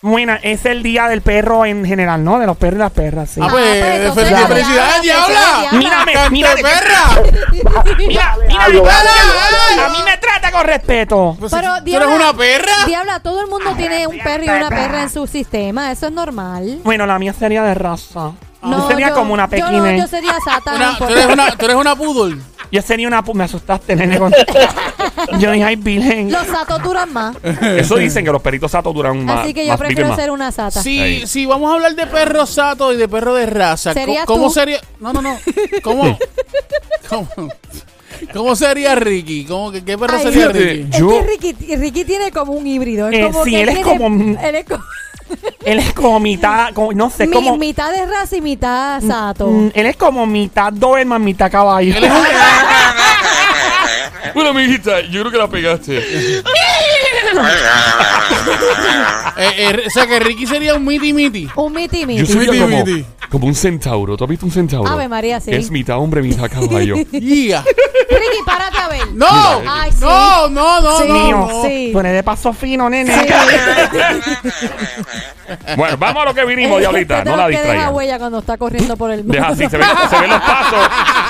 Speaker 2: Bueno, es el Día del Perro en general, ¿no? De los perros y las perras, sí.
Speaker 3: Ah, pues,
Speaker 5: entonces,
Speaker 3: fel-
Speaker 5: ya,
Speaker 3: felicidades,
Speaker 5: ya,
Speaker 3: diabla.
Speaker 5: ya.
Speaker 2: Mírame,
Speaker 3: ¡Canto
Speaker 2: mírame.
Speaker 3: de perra!
Speaker 2: Mira, mira,
Speaker 6: Hablo,
Speaker 2: mira,
Speaker 3: hablo,
Speaker 2: A mí me trata con respeto.
Speaker 3: Pues,
Speaker 5: Pero,
Speaker 3: ¿Tú eres
Speaker 5: diabla,
Speaker 3: una perra?
Speaker 5: Diabla, todo el mundo tiene un perro y una perra en su sistema. Eso es normal.
Speaker 2: Bueno, la mía sería de raza. yo sería
Speaker 5: yo-
Speaker 2: Ah, como una ¿eh?
Speaker 5: yo no,
Speaker 2: pequine.
Speaker 5: Yo,
Speaker 2: Yo,
Speaker 5: sería Satan.
Speaker 3: Una- tú, eres una, tú eres una poodle.
Speaker 2: sería una... pu- Me asustaste, nene. Con... yo dije, ay, virgen.
Speaker 5: Los satos
Speaker 2: [LAUGHS]
Speaker 5: duran más.
Speaker 1: Eso dicen que los perritos satos duran más.
Speaker 5: así que yo
Speaker 1: más- viven
Speaker 5: prefiero
Speaker 1: más.
Speaker 5: ser una sata.
Speaker 3: Si,
Speaker 1: Ahí.
Speaker 3: si vamos a hablar de perro sato y de perro de raza,
Speaker 5: ¿Serías
Speaker 3: ¿cómo
Speaker 5: tú?
Speaker 3: sería? No, no, no. ¿Cómo? ¿Cómo, cómo sería Ricky? ¿Cómo, que- ¿Qué perro
Speaker 5: Ay,
Speaker 3: sería
Speaker 4: fíjate,
Speaker 3: Ricky?
Speaker 5: Es
Speaker 4: Yo-
Speaker 5: que Ricky, Ricky tiene como un híbrido. Es
Speaker 2: Eh,
Speaker 5: como
Speaker 2: sí,
Speaker 5: que
Speaker 2: él es
Speaker 5: tiene-
Speaker 2: como un-
Speaker 5: él es como-
Speaker 2: [LAUGHS] Él es como mitad... como- no sé,
Speaker 5: mi-
Speaker 2: como...
Speaker 5: mitad de raza y mitad sato.
Speaker 2: Mm, él es como mitad Doberman, mitad caballo.
Speaker 3: Él es un-
Speaker 4: Bueno, amiguita, yo creo que la pegaste.
Speaker 3: eh, eh, o sea que Ricky sería un miti miti.
Speaker 5: Un miti
Speaker 4: Yo
Speaker 5: miti.
Speaker 4: sería
Speaker 3: Miti,
Speaker 4: como,
Speaker 3: miti.
Speaker 4: como un centauro. ¿Tú has visto un centauro?
Speaker 5: Ave María, sí.
Speaker 4: Que Es mitad hombre, mitad
Speaker 5: [LAUGHS]
Speaker 4: caballo.
Speaker 3: Yeah.
Speaker 5: Ricky, párate a ver.
Speaker 3: No,
Speaker 5: Ay, sí.
Speaker 3: no, no, no,
Speaker 5: Sí.
Speaker 3: no,
Speaker 2: [LAUGHS] Mío.
Speaker 3: no.
Speaker 5: Sí.
Speaker 2: Tú eres de paso fino, nene.
Speaker 1: Bueno, vamos a lo que vinimos,
Speaker 5: Es
Speaker 1: diablita.
Speaker 5: que
Speaker 1: No la
Speaker 5: tengo que dejar
Speaker 1: distraigan.
Speaker 5: huella cuando está corriendo por el
Speaker 1: Deja así, se, ven- se ven los pasos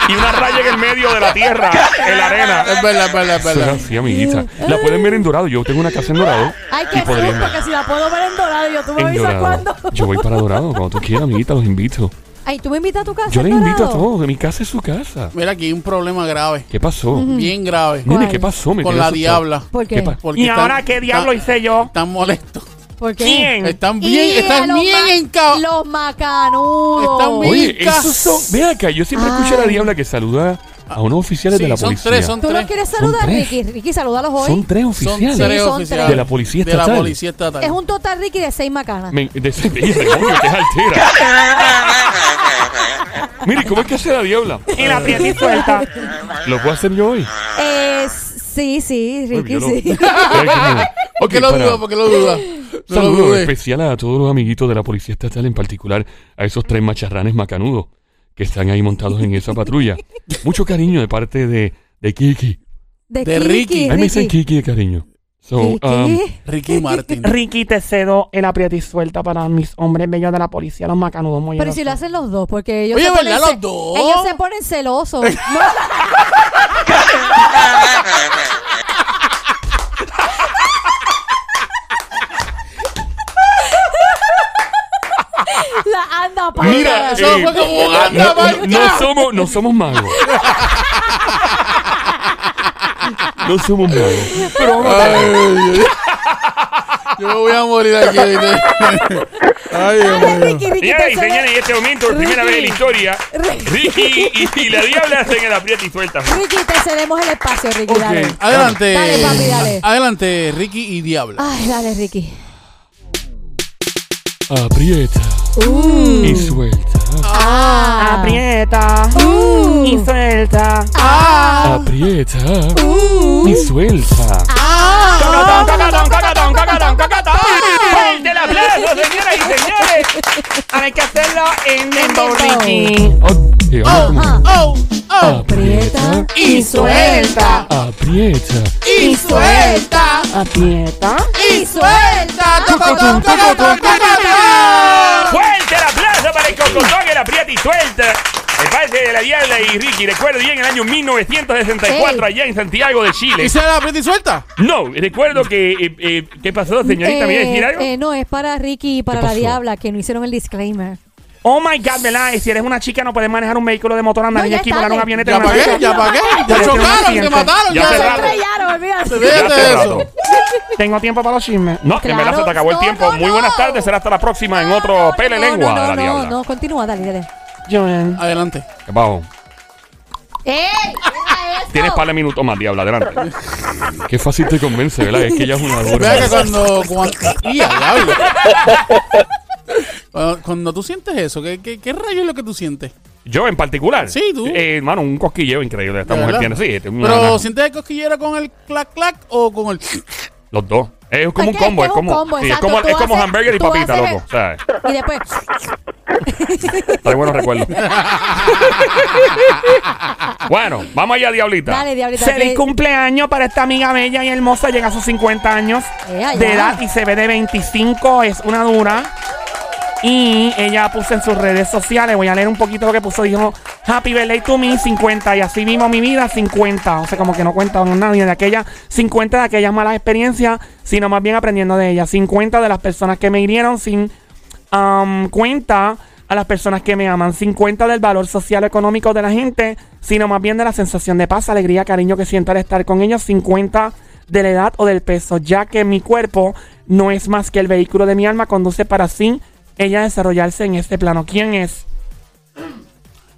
Speaker 1: y una raya en el medio de la tierra, en la
Speaker 5: [LAUGHS]
Speaker 1: arena.
Speaker 3: Es verdad, es verdad, es
Speaker 4: Eso es
Speaker 3: verdad.
Speaker 4: así, amiguita. La pueden ver en dorado. Yo tengo una casa en dorado.
Speaker 5: Ay, qué
Speaker 4: Y podrían-
Speaker 5: susto, que si la puedo ver en dorado, yo tú me
Speaker 4: En
Speaker 5: avisas
Speaker 4: dorado.
Speaker 5: cuándo.
Speaker 4: Yo voy para dorado cuando tú quieras, amiguita. Los invito.
Speaker 5: Ay, tú me invitas a tu casa.
Speaker 4: Yo
Speaker 5: en
Speaker 4: les invito a
Speaker 5: Dorado?
Speaker 4: todos. De mi casa es su casa.
Speaker 3: Mira, aquí hay un problema grave,
Speaker 4: ¿Qué pasó?
Speaker 5: Mm.
Speaker 3: bien grave,
Speaker 4: Nene,
Speaker 5: ¿Cuál?
Speaker 4: ¿qué pasó? Me
Speaker 3: con
Speaker 4: quedé
Speaker 3: la
Speaker 4: asustado.
Speaker 3: diabla.
Speaker 5: ¿Por qué?
Speaker 4: ¿Qué pa-
Speaker 3: Porque
Speaker 2: ¿Y
Speaker 3: están-
Speaker 2: ahora qué diablo
Speaker 3: están-
Speaker 2: hice yo?
Speaker 3: Están molestos.
Speaker 5: ¿Por qué?
Speaker 2: ¿Quién?
Speaker 3: Están
Speaker 5: Y
Speaker 3: bien,
Speaker 5: a
Speaker 3: están
Speaker 5: los ma-
Speaker 3: bien encabados.
Speaker 5: Los macanudos.
Speaker 3: Están bien-
Speaker 4: Oye,
Speaker 3: Mica.
Speaker 4: esos son. Ve acá, yo siempre escucho a la diabla que saluda a unos oficiales de la
Speaker 3: son
Speaker 4: policía.
Speaker 3: tres, son
Speaker 5: ¿Tú
Speaker 3: tres.
Speaker 5: no quieres
Speaker 4: Son
Speaker 5: saludar,
Speaker 4: tres.
Speaker 5: Ricky? Ricky, saludalos hoy.
Speaker 4: Son tres
Speaker 3: Son
Speaker 4: oficiales.
Speaker 3: tres
Speaker 5: Sí, son
Speaker 3: oficiales.
Speaker 5: tres.
Speaker 4: De la policía
Speaker 3: De la
Speaker 4: estatal.
Speaker 3: policía estatal.
Speaker 5: Es un total, Ricky, de seis macanas.
Speaker 4: Me, de ese ella se coño, que es altera. Mire, ¿cómo es que hace la diabla?
Speaker 2: Y la aprieta y suelta.
Speaker 4: ¿Lo puedo hacer yo hoy?
Speaker 5: Eh, sí, sí,
Speaker 4: Ay,
Speaker 5: Ricky,
Speaker 4: yo lo-
Speaker 5: sí.
Speaker 4: Ay, qué bueno.
Speaker 3: [LAUGHS] ¿Por qué
Speaker 4: Ok,
Speaker 3: lo
Speaker 4: para-
Speaker 3: duda? ¿Por qué lo
Speaker 4: [LAUGHS]
Speaker 3: duda? No lo
Speaker 4: Saludo
Speaker 3: dudes.
Speaker 4: especial a todos los amiguitos de la Policía Estatal, en particular a esos tres macharranes macanudos que están ahí montados en esa patrulla. Mucho cariño de parte de, de Kiki.
Speaker 5: De,
Speaker 3: De
Speaker 5: Ricky.
Speaker 3: Ricky.
Speaker 4: Ahí me dicen Kiki de cariño. So, um,
Speaker 5: Ricky.
Speaker 3: Ricky
Speaker 5: [LAUGHS]
Speaker 3: Martin.
Speaker 2: Ricky, te cedo el apriete y suelta para mis hombres bellos de la policía, los macanudos molleros.
Speaker 5: Pero si lo hacen los dos, porque ellos
Speaker 3: Oye,
Speaker 5: se ponen
Speaker 3: ¿verdad?
Speaker 5: ce-
Speaker 3: Los dos.
Speaker 5: Ellos se ponen celosos. No, la anda para
Speaker 3: Mira, eso
Speaker 4: eh,
Speaker 3: fue como un
Speaker 4: no,
Speaker 3: anda,
Speaker 4: no- no
Speaker 3: marca.
Speaker 4: somos, no somos magos. No somos magos. Pero vamos a
Speaker 3: Ay, Yo me voy a morir aquí. ¿viste?
Speaker 5: [LAUGHS]
Speaker 3: Ay, Dios mío.
Speaker 5: Ricky, Ricky,
Speaker 1: Señoras
Speaker 5: te
Speaker 1: y
Speaker 5: cedo-
Speaker 1: señores, en este momento, por primera vez
Speaker 5: Ricky.
Speaker 1: en la historia, Ricky y, y la diabla hacen el apriete y suelta.
Speaker 5: Ricky, te cedemos el espacio, Ricky, dale.
Speaker 3: Adelante.
Speaker 5: Dale, papi, dale.
Speaker 3: Adelante, Ricky y Diabla.
Speaker 5: Ay, dale, Ricky.
Speaker 4: Aprieta
Speaker 5: Uh,
Speaker 4: y suelta.
Speaker 5: ah,
Speaker 2: Aprieta
Speaker 5: uh,
Speaker 2: y suelta.
Speaker 5: ah,
Speaker 4: Aprieta
Speaker 5: uh, Ah.
Speaker 4: y suelta.
Speaker 2: ah.
Speaker 1: ¡Cacatón, cacatón, cacatón, cacatón, cacatón! ¡Fuerte el aplauso, señoras y señores!
Speaker 2: Ahora hay que hacerlo en
Speaker 5: Dembow.
Speaker 2: dembow, Ricky.
Speaker 4: Ok, vamos como-
Speaker 5: ah.
Speaker 3: Oh, oh.
Speaker 4: Aprieta,
Speaker 5: Aprieta y suelta.
Speaker 4: aprieta.
Speaker 3: Y suelta.
Speaker 2: Aprieta.
Speaker 3: Y suelta. Tocotón, tocotón, tocotón.
Speaker 1: ¡Fuerte el aplauso para el cocotón, el apriete y suelta! El padre de la diabla y Ricky, recuerdo bien el año 1964
Speaker 5: Ey.
Speaker 1: allá en Santiago de
Speaker 5: Ah.
Speaker 1: Chile.
Speaker 3: ¿Y se la aprieta y suelta?
Speaker 1: No, recuerdo que... eh, eh, ¿Qué pasó, señorita? ¿Me iba a decir
Speaker 5: Eh,
Speaker 1: algo?
Speaker 5: eh, no, es para Ricky y para
Speaker 4: ¿Qué
Speaker 5: la
Speaker 4: pasó?
Speaker 5: Diabla que no hicieron el disclaimer.
Speaker 2: Oh my God, ¿verdad? Y si eres una chica no puedes manejar un vehículo de motor, andar
Speaker 5: No,
Speaker 2: y
Speaker 5: ya
Speaker 2: aquí
Speaker 5: está,
Speaker 2: volar un
Speaker 5: ya.
Speaker 2: avioneta.
Speaker 3: ¿Ya
Speaker 2: en una
Speaker 3: para qué?
Speaker 2: avioneta.
Speaker 3: ¿Ya para qué? Ya
Speaker 2: Pero tengo
Speaker 3: chocaron, se
Speaker 2: accidente.
Speaker 3: mataron.
Speaker 1: Ya
Speaker 3: Ya
Speaker 1: se
Speaker 3: se
Speaker 1: rato.
Speaker 5: estrellaron, olvídate.
Speaker 1: Ya hace
Speaker 3: Fíjate
Speaker 1: rato.
Speaker 3: eso.
Speaker 2: Tengo tiempo para los chismes.
Speaker 1: No, en
Speaker 5: eh, Claro,
Speaker 1: verdad se te acabó el
Speaker 5: no,
Speaker 1: tiempo.
Speaker 5: no,
Speaker 1: Muy buenas
Speaker 5: no.
Speaker 1: tardes, será hasta la próxima en otro
Speaker 5: No, no,
Speaker 1: Pele
Speaker 5: no,
Speaker 1: Lengua
Speaker 5: no,
Speaker 1: de la
Speaker 5: no,
Speaker 1: Diabla.
Speaker 5: No, continúa, dale, dale.
Speaker 2: Joel.
Speaker 3: Adelante.
Speaker 4: Vamos.
Speaker 5: ¡Ey! mira eso!
Speaker 1: Tienes par de minutos más, Diabla,
Speaker 5: [LAUGHS]
Speaker 1: adelante.
Speaker 4: Qué fácil te convence, ¿verdad? Es que ella es una
Speaker 3: Vea que
Speaker 4: gorda.
Speaker 3: cuando. cuando ¡Y al diablo! Cuando, cuando tú sientes eso, ¿qué, qué, qué rayo es lo que tú sientes?
Speaker 1: Yo en particular.
Speaker 3: Sí, tú.
Speaker 1: Eh, hermano, un cosquilleo increíble esta
Speaker 3: ¿De
Speaker 1: mujer
Speaker 3: verdad?
Speaker 1: tiene. Sí, tiene una-
Speaker 3: ¿Pero
Speaker 1: una-
Speaker 3: sientes el cosquillero con el clac clac o con el.
Speaker 1: los dos. Es como
Speaker 5: Es
Speaker 1: un
Speaker 5: que- es
Speaker 1: combo,
Speaker 5: que
Speaker 1: es como, sí, es
Speaker 5: exacto.
Speaker 1: como,
Speaker 5: Tú
Speaker 1: es como
Speaker 5: haces-
Speaker 1: hamburger y
Speaker 5: tú
Speaker 1: papita,
Speaker 5: haces el-
Speaker 1: loco. O sea,
Speaker 5: Y después,
Speaker 1: trae buenos
Speaker 5: [LAUGHS]
Speaker 1: recuerdos. bueno, vamos allá, Diablita.
Speaker 5: dale, Diablita.
Speaker 2: Feliz
Speaker 5: que-
Speaker 2: cumpleaños para esta amiga bella y hermosa. Llega a sus 50 años
Speaker 5: Eh, allá.
Speaker 2: de edad y se ve de 25. Es una dura. Y ella puso en sus redes sociales, voy a leer un poquito lo que puso, dijo, Happy birthday to me, 50, y así vivo mi vida, 50. O sea, como que no cuenta con nadie de aquella, 50 de aquellas malas experiencias, sino más bien aprendiendo de ellas. 50 de las personas que me hirieron sin am, cuenta a las personas que me aman. 50 del valor social económico de la gente, sino más bien de la sensación de paz, alegría, cariño que siento al estar con ellos. 50 de la edad o del peso, ya que mi cuerpo no es más que el vehículo de mi alma, conduce para sí ella desarrollarse en este plano. ¿Quién es?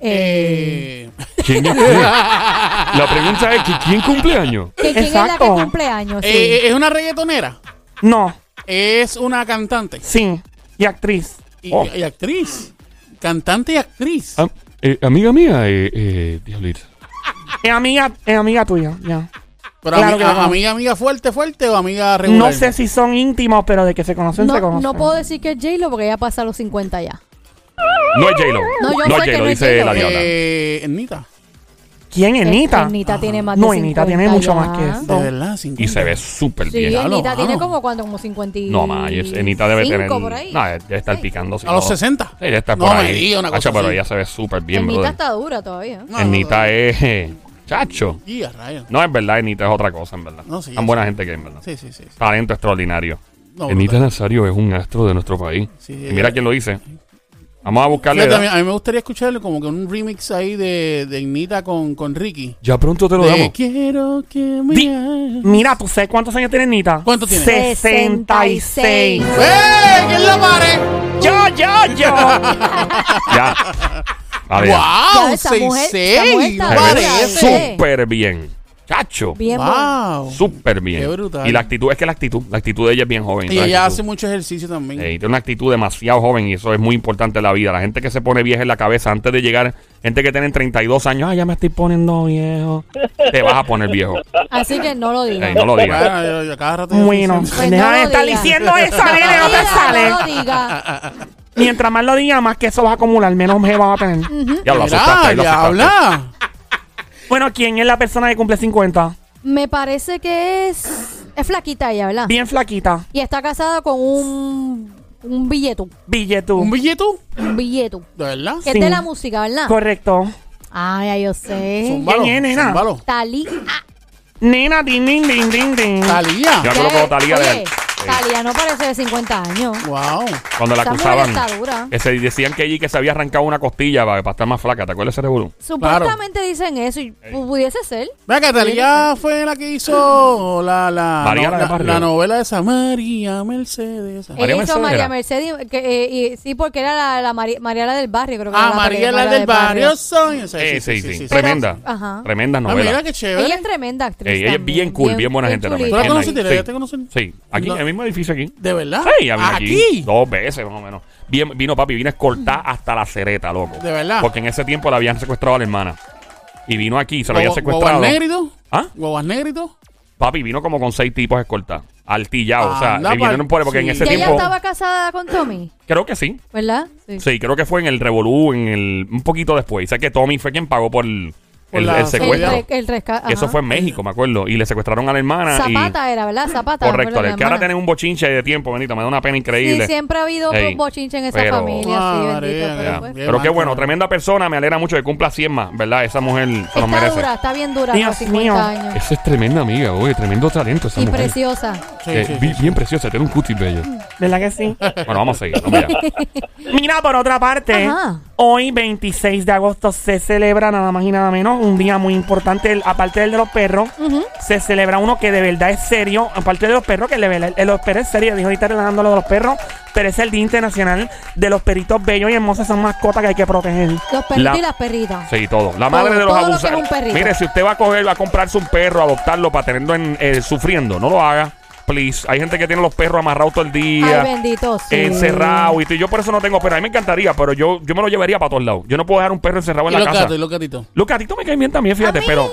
Speaker 5: eh,
Speaker 3: Eh, [LAUGHS]
Speaker 5: [LAUGHS]
Speaker 4: ¿Quién es quién? La pregunta es que ¿quién cumple años?
Speaker 5: que ¿Quién es la que
Speaker 2: Exacto.
Speaker 5: cumple años? Sí.
Speaker 3: eh, ¿Es una reggaetonera?
Speaker 2: No,
Speaker 3: ¿Es una cantante?
Speaker 2: sí, y actriz.
Speaker 3: Y,
Speaker 4: Oh.
Speaker 3: y actriz. Cantante y actriz.
Speaker 1: Ah,
Speaker 4: Am- eh, amiga mía, eh, eh, Diablita.
Speaker 2: Es amiga, es amiga tuya, ya.
Speaker 3: Pero
Speaker 2: claro
Speaker 3: ami-
Speaker 2: que no.
Speaker 3: amiga, amiga fuerte, fuerte o amiga regular.
Speaker 2: No sé si son íntimos, pero de que se conocen, se
Speaker 5: no,
Speaker 2: conocen.
Speaker 5: no puedo decir que es J-Lo porque ella pasa los 50 ya.
Speaker 1: No es J-Lo.
Speaker 5: No, yo
Speaker 1: No
Speaker 5: sé
Speaker 1: es
Speaker 5: que
Speaker 1: J-Lo,
Speaker 5: no es
Speaker 1: dice
Speaker 5: J-Lo.
Speaker 1: la Diabla.
Speaker 3: Eh, Ernita.
Speaker 2: ¿Quién es Nita?
Speaker 5: Enita tiene más
Speaker 2: No,
Speaker 5: de 50
Speaker 2: Enita tiene mucho
Speaker 5: ya.
Speaker 2: más que eso.
Speaker 3: De verdad, 50.
Speaker 1: Y se ve súper
Speaker 5: Sí,
Speaker 1: bien.
Speaker 3: Diablo,
Speaker 5: Enita tiene
Speaker 3: mano.
Speaker 5: como cuánto, como 50 y
Speaker 1: No, ma, y- Enita debe
Speaker 5: cinco
Speaker 1: tener.
Speaker 5: por ahí.
Speaker 1: No, debe estar
Speaker 5: Sí.
Speaker 1: picando. si
Speaker 3: A
Speaker 1: no-
Speaker 3: los 60.
Speaker 1: Sí, debe estar
Speaker 3: No,
Speaker 1: por
Speaker 3: me
Speaker 1: ahí.
Speaker 3: diga una cosa
Speaker 1: Hacha, pero
Speaker 3: así.
Speaker 1: ella se ve súper bien,
Speaker 5: Enita
Speaker 1: brother.
Speaker 5: está dura todavía.
Speaker 3: No,
Speaker 1: Enita
Speaker 3: no, no.
Speaker 1: es. eh, Chacho.
Speaker 3: Y a rayos.
Speaker 1: No, es verdad, Enita es otra cosa, en verdad.
Speaker 3: No, sí,
Speaker 1: Tan
Speaker 3: sí.
Speaker 1: buena gente que es, en verdad.
Speaker 3: Sí, sí, sí. sí.
Speaker 1: Talento extraordinario.
Speaker 3: No,
Speaker 4: Enita
Speaker 3: brutal.
Speaker 4: Nazario es un astro de nuestro país.
Speaker 3: Sí,
Speaker 1: Y mira quién lo dice. Vamos a buscarle.
Speaker 3: Fíjate, a, mí,
Speaker 1: edad.
Speaker 3: a mí me gustaría escucharle como que un remix ahí de, de Ignita con, con Ricky.
Speaker 4: Ya pronto te lo
Speaker 3: De
Speaker 4: damos.
Speaker 3: quiero que me...
Speaker 2: Di-
Speaker 3: hagas-
Speaker 2: Mira, ¿tú sabes cuántos años tiene Nita?
Speaker 3: ¿Cuánto tiene?
Speaker 2: 66.
Speaker 3: ¡Eh! ¿Quién la pare?
Speaker 2: Yo, yo, yo.
Speaker 3: [LAUGHS]
Speaker 1: Ya. A ver.
Speaker 5: Ya,
Speaker 3: ¡Wow!
Speaker 5: esa
Speaker 3: ¡Seis,
Speaker 5: mujer- esa mujer
Speaker 3: seis!
Speaker 5: está
Speaker 1: Se ve
Speaker 5: parece.
Speaker 1: Súper bien. Chacho.
Speaker 5: Bien bueno.
Speaker 3: ¡Wow!
Speaker 1: Súper bien.
Speaker 3: Qué brutal.
Speaker 1: Y la actitud, es que la actitud, la actitud de ella es bien joven.
Speaker 3: Y
Speaker 1: la
Speaker 3: ella
Speaker 1: actitud.
Speaker 3: hace mucho ejercicio también.
Speaker 1: Eh, y tiene una actitud demasiado joven y eso es muy importante en la vida. La gente que se pone vieja en la cabeza antes de llegar, gente que tiene 32 años,
Speaker 2: Ay, ya me estoy [LAUGHS] poniendo viejo.
Speaker 1: te vas a poner
Speaker 3: [LAUGHS]
Speaker 1: viejo.
Speaker 5: Así que no lo digas.
Speaker 1: Ey, no lo digas.
Speaker 3: Bueno, yo, yo cada rato... yo
Speaker 2: Bueno,
Speaker 3: estoy
Speaker 5: Pues
Speaker 3: diciendo-
Speaker 2: deja
Speaker 5: no
Speaker 2: de
Speaker 5: lo
Speaker 2: estar
Speaker 5: digas.
Speaker 2: diciendo esa, nene, no te sale.
Speaker 5: No lo
Speaker 3: Ah,
Speaker 5: diga.
Speaker 2: Mientras más lo diga, más que eso vas a acumular, menos me vas a tener.
Speaker 1: Ya lo asustaste,
Speaker 3: Mira,
Speaker 1: ahí lo
Speaker 3: ya
Speaker 1: asustaste.
Speaker 3: habla.
Speaker 2: Bueno, ¿quién es la persona que cumple 50?
Speaker 5: Me parece que es Es flaquita ella, ¿verdad?
Speaker 2: Bien flaquita.
Speaker 5: Y está casada con un, un billetu.
Speaker 2: Billetú.
Speaker 3: ¿Un billete?
Speaker 5: Un billetu.
Speaker 3: ¿De verdad?
Speaker 5: Que
Speaker 2: Sí.
Speaker 5: es de la música, ¿verdad?
Speaker 2: Correcto.
Speaker 5: Ay, ay, yo sé.
Speaker 3: Zúmbalo,
Speaker 2: ¿Quién es, nena?
Speaker 3: zúmbalo.
Speaker 5: Talí.
Speaker 2: Nena, ding, ding, ding, ding, ding.
Speaker 1: Yo
Speaker 3: Talía.
Speaker 1: me conozco a Talía de-
Speaker 5: Oye, Talía no parece de 50 años.
Speaker 3: Wow.
Speaker 1: cuando la
Speaker 5: Esa mujer
Speaker 1: acusaban.
Speaker 5: está dura.
Speaker 1: Ese, decían que allí que se había arrancado una costilla para, para estar más flaca. ¿Te acuerdas de ese revolú?
Speaker 5: Supuestamente dicen eso y pu- pudiese ser.
Speaker 3: Vea que Talía fue la que hizo la, la,
Speaker 1: María la
Speaker 3: no-
Speaker 1: de
Speaker 3: la,
Speaker 1: Barrio.
Speaker 3: la novela esa María Mercedes.
Speaker 5: Ella hizo
Speaker 1: Mercedes
Speaker 5: María
Speaker 1: era.
Speaker 5: Mercedes, que, eh, y- sí, porque era la, la Mari- María la del barrio, creo que
Speaker 3: Ah,
Speaker 5: era
Speaker 3: María
Speaker 5: María
Speaker 3: la del barrio soy. Sí,
Speaker 1: Eh, sí, sí. Tremenda.
Speaker 5: Pero- ajá.
Speaker 1: Tremenda
Speaker 3: Ah, mira
Speaker 1: novela.
Speaker 3: qué chévere.
Speaker 5: Ella es tremenda actriz.
Speaker 1: Ey, ella es
Speaker 5: también,
Speaker 1: bien cool, bien buena gente también.
Speaker 3: ¿Tú
Speaker 5: chulita.
Speaker 3: la
Speaker 1: Bien
Speaker 3: conociste?
Speaker 1: ahí,
Speaker 3: ¿Ya
Speaker 1: sí.
Speaker 3: te conocen?
Speaker 1: Sí, aquí
Speaker 3: No. Ah,
Speaker 1: en el mismo edificio aquí.
Speaker 3: ¿De verdad?
Speaker 1: Sí, ya vino aquí. Dos veces más o menos. Bien- vino papi, vino escoltada hasta la cereta, loco.
Speaker 3: ¿De verdad?
Speaker 1: Porque en ese tiempo la habían secuestrado a la hermana. Y vino aquí, se la habían
Speaker 3: Guau-
Speaker 1: secuestrado.
Speaker 3: ¿Guaguas negrito?
Speaker 1: ¿Ah?
Speaker 3: ¿Guaguas negrito?
Speaker 1: Papi vino como con seis tipos escoltados. Altillado. o sea,
Speaker 3: Anda
Speaker 1: le vinieron
Speaker 3: pa'l-
Speaker 1: por porque en
Speaker 3: sí.
Speaker 1: ese
Speaker 5: Ya ella
Speaker 1: tiempo.
Speaker 5: estaba casada con Tommy,
Speaker 1: Creo que sí.
Speaker 5: ¿verdad?
Speaker 1: Sí, creo que fue en el Revolú, en el, un poquito después. Sé que Tommy fue quien pagó por el,
Speaker 3: Por
Speaker 1: el-
Speaker 3: la
Speaker 1: el secuestro.
Speaker 5: El, re- el rescate.
Speaker 1: Y eso fue en México, me acuerdo. Y le secuestraron a la hermana.
Speaker 5: Zapata era, ¿verdad?
Speaker 1: y,
Speaker 5: Zapata.
Speaker 1: Mm. correcto.
Speaker 5: ¿verdad?
Speaker 1: Que ahora
Speaker 5: Hermana.
Speaker 1: tienen un bochinche de tiempo, Benito. Me da una pena
Speaker 5: Sí,
Speaker 1: increíble.
Speaker 5: siempre ha habido
Speaker 1: Ey,
Speaker 5: bochinche en esa
Speaker 1: pero-
Speaker 5: familia, sí,
Speaker 3: Ah,
Speaker 5: bendito,
Speaker 3: María,
Speaker 5: pero
Speaker 1: Ya.
Speaker 5: pues-
Speaker 3: Qué
Speaker 1: Pero qué
Speaker 3: mal,
Speaker 1: bueno,
Speaker 3: qué mal.
Speaker 1: tremenda persona. Me alegra mucho que cumpla 100 más, ¿verdad? Esa mujer se lo
Speaker 5: Está
Speaker 1: merece.
Speaker 5: dura, está bien dura.
Speaker 2: Dios
Speaker 5: con 50
Speaker 2: mío.
Speaker 5: años.
Speaker 4: Esa es tremenda amiga, oye, tremendo talento esa
Speaker 5: Y
Speaker 4: mujer.
Speaker 5: preciosa.
Speaker 4: Eh, bi- bien preciosa, tiene un cutis bello.
Speaker 2: ¿Verdad que sí?
Speaker 1: Bueno, vamos a seguir. vamos allá.
Speaker 2: Mira, por otra parte,
Speaker 5: Ajá.
Speaker 2: hoy 26 de agosto se celebra nada más y nada menos un día muy importante, el- aparte del de los perros,
Speaker 5: Ujú.
Speaker 2: se celebra uno que de verdad es serio, aparte de los perros, que de verdad- el de los perros es serio, dijo ahorita relajando lo de los perros, pero es el Día Internacional de los Perritos Bellos y Hermosos, son mascotas que hay que proteger.
Speaker 5: Los perritos
Speaker 1: La-
Speaker 5: y las perritas.
Speaker 1: Sí, todo. La madre
Speaker 5: Todo,
Speaker 1: de los
Speaker 5: todo lo que es
Speaker 1: abusados.
Speaker 5: un perrito.
Speaker 1: Mire, si usted va a coger, va a comprarse un perro, adoptarlo para tenerlo en, eh, sufriendo, no lo haga. Please. Hay gente que tiene los perros amarrados todo el día.
Speaker 5: Ay, bendito. sí.
Speaker 1: Encerrado y todo. yo por eso no tengo perro. A mí me encantaría, pero yo, yo me lo llevaría para todos lados. Yo no puedo dejar un perro encerrado
Speaker 3: ¿Y
Speaker 1: en la
Speaker 3: los
Speaker 1: casa.
Speaker 3: gatos? ¿Y los gatitos?
Speaker 1: Los gatitos me caen bien también, fíjate, pero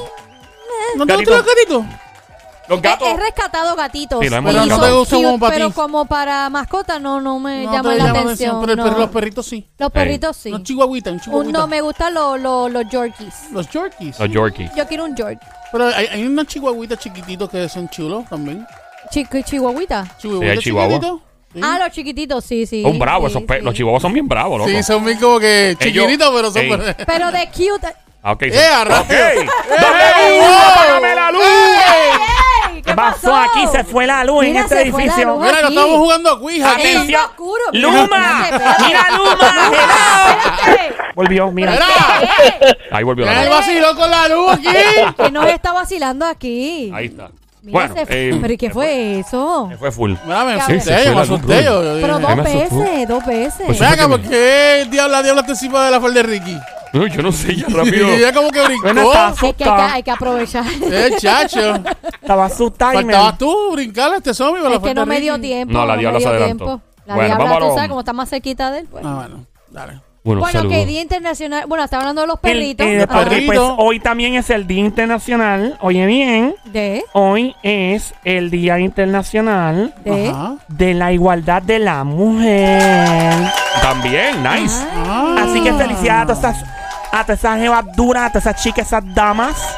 Speaker 3: ¿No te
Speaker 1: Gatito.
Speaker 3: gustan los gatitos?
Speaker 1: los gatos.
Speaker 5: He, he rescatado gatitos.
Speaker 1: Sí, lo hemos
Speaker 5: y
Speaker 1: rescatado.
Speaker 3: No
Speaker 5: son
Speaker 3: te gusta
Speaker 5: cute,
Speaker 3: como para
Speaker 5: pero
Speaker 3: ti.
Speaker 5: como para mascota no, no me
Speaker 3: No
Speaker 5: llama
Speaker 3: te
Speaker 5: la
Speaker 3: llama
Speaker 5: atención.
Speaker 3: pero el
Speaker 5: no.
Speaker 3: perro- los perritos sí.
Speaker 5: Los perritos sí.
Speaker 3: Los chihuahuitas, un
Speaker 5: Un-
Speaker 3: chihuahuita.
Speaker 5: no, me gustan los, los, los Yorkies.
Speaker 3: Los yorkies.
Speaker 1: Los Yorkie.
Speaker 5: Yo quiero un York.
Speaker 3: Pero hay, hay unos chihuahuitas chiquititos que son chulos también.
Speaker 5: Chi- chihuahuita.
Speaker 3: Chihuahuitas
Speaker 1: chihuahua.
Speaker 3: chiquititos. Sí.
Speaker 5: Ah, los chiquititos, sí, sí.
Speaker 1: Son bravos
Speaker 5: sí,
Speaker 1: esos perros.
Speaker 5: sí.
Speaker 1: Los chihuahuas son bien bravos, loco.
Speaker 3: Sí, son bien como que
Speaker 1: Ellos-
Speaker 3: chiquititos, pero son...
Speaker 1: Ey.
Speaker 5: Pero de cute.
Speaker 1: Ah, ok.
Speaker 3: ¡Eh, a rayos!
Speaker 1: Ok. ¡Dale
Speaker 3: ¡Eh!
Speaker 1: luz! ¡Apágame la luz!
Speaker 5: ¡Ey!
Speaker 2: ¿Qué pasó aquí? Se fue la luz
Speaker 5: Mira,
Speaker 2: en este
Speaker 5: se fue la
Speaker 2: edificio.
Speaker 5: luz.
Speaker 3: Mira, que
Speaker 5: aquí.
Speaker 3: estamos jugando a Ouija aquí.
Speaker 5: Ey,
Speaker 2: Atención.
Speaker 5: está eh, oscuro, mira,
Speaker 2: ¡Luma!
Speaker 5: espérate, espérate.
Speaker 2: ¡Mira, Luma! hello.
Speaker 5: Espérate.
Speaker 2: Volvió, mira.
Speaker 3: ¡Mira!
Speaker 1: Ahí volvió la
Speaker 3: ¡Mira el
Speaker 1: luz.
Speaker 3: vacilón con la luz
Speaker 5: [LAUGHS]
Speaker 3: aquí!
Speaker 5: Que nos está vacilando aquí.
Speaker 1: Ahí está.
Speaker 5: Mira,
Speaker 1: Bueno,
Speaker 5: se fue.
Speaker 1: eh,
Speaker 5: ¿Pero y qué fue eso?
Speaker 1: se fue full.
Speaker 3: Mira, me
Speaker 5: Sí,
Speaker 3: asusté,
Speaker 4: se fue
Speaker 3: yo me
Speaker 4: la luz,
Speaker 3: asusté. yo- yo-
Speaker 5: Pero
Speaker 3: yo-
Speaker 5: dos
Speaker 4: me asustó.
Speaker 5: veces, dos
Speaker 4: Pues
Speaker 5: veces.
Speaker 4: sí.
Speaker 3: Ven acá, ¿por qué el diablo, la diabla está encima de la falda de Ricky?
Speaker 4: No, yo no sé, ya
Speaker 3: Y
Speaker 4: rápido.
Speaker 3: ella como que
Speaker 2: Bueno,
Speaker 3: brincó.
Speaker 2: está
Speaker 5: Hay que, hay que-
Speaker 2: asustada.
Speaker 5: hay que aprovechar.
Speaker 3: Eh,
Speaker 5: [LAUGHS]
Speaker 3: chacho.
Speaker 2: Estaba asustada y me...
Speaker 3: Faltabas tú brincarle a este zombie con la
Speaker 5: Es que
Speaker 3: falda
Speaker 5: no
Speaker 3: de
Speaker 5: me dio
Speaker 3: Ricky.
Speaker 5: tiempo.
Speaker 1: No, la diabla
Speaker 5: me
Speaker 1: se
Speaker 5: dio
Speaker 1: adelantó.
Speaker 5: tiempo. La
Speaker 1: Bueno,
Speaker 5: diabla,
Speaker 1: vamos a
Speaker 5: tú
Speaker 1: lo-
Speaker 5: sabes, como está más cerquita de él. pues.
Speaker 3: Ah, bueno, dale.
Speaker 4: Bueno,
Speaker 5: Bueno,
Speaker 4: saludos.
Speaker 5: que Día Internacional. Bueno, está hablando de los
Speaker 2: El-
Speaker 5: perritos.
Speaker 2: y después,
Speaker 5: Ajá.
Speaker 3: perrito.
Speaker 2: pues, hoy también es el Día Internacional. Oye bien,
Speaker 5: De,
Speaker 2: hoy es el Día Internacional
Speaker 5: de.
Speaker 3: Ajá.
Speaker 2: de la Igualdad de la Mujer.
Speaker 1: También, nice.
Speaker 3: Ah.
Speaker 2: Así que felicidades a todas esas, a todas esas jevas duras, a todas esas chicas, esas damas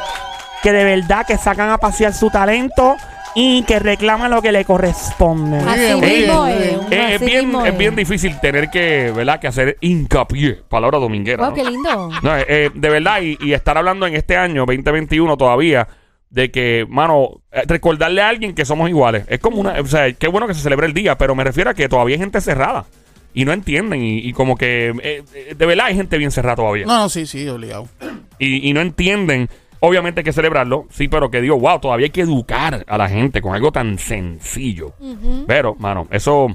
Speaker 2: que de verdad que sacan a pasear su talento y que reclaman lo que le corresponde.
Speaker 3: Muy
Speaker 5: Así
Speaker 3: bien, muy
Speaker 5: mismo
Speaker 3: bien, muy
Speaker 5: es.
Speaker 3: bien.
Speaker 5: uno
Speaker 1: Eh, es,
Speaker 5: así
Speaker 1: bien,
Speaker 5: mismo
Speaker 1: es bien difícil tener que, ¿verdad? Que hacer hincapié. Palabra dominguera.
Speaker 5: Wow,
Speaker 1: ¿no?
Speaker 5: qué lindo.
Speaker 1: No, eh, eh, de verdad, y, y estar hablando en este año 2021 todavía de que, mano, eh, recordarle a alguien que somos iguales. Es como una, o sea, qué bueno que se celebre el día, pero me refiero a que todavía hay gente cerrada y no entienden y, y como que, eh, eh, de verdad hay gente bien cerrada todavía
Speaker 3: No, no, sí, sí, obligado.
Speaker 1: y, y no entienden. Obviamente hay que celebrarlo, sí, pero que digo, wow, todavía hay que educar a la gente con algo tan sencillo. Pero, mano, eso,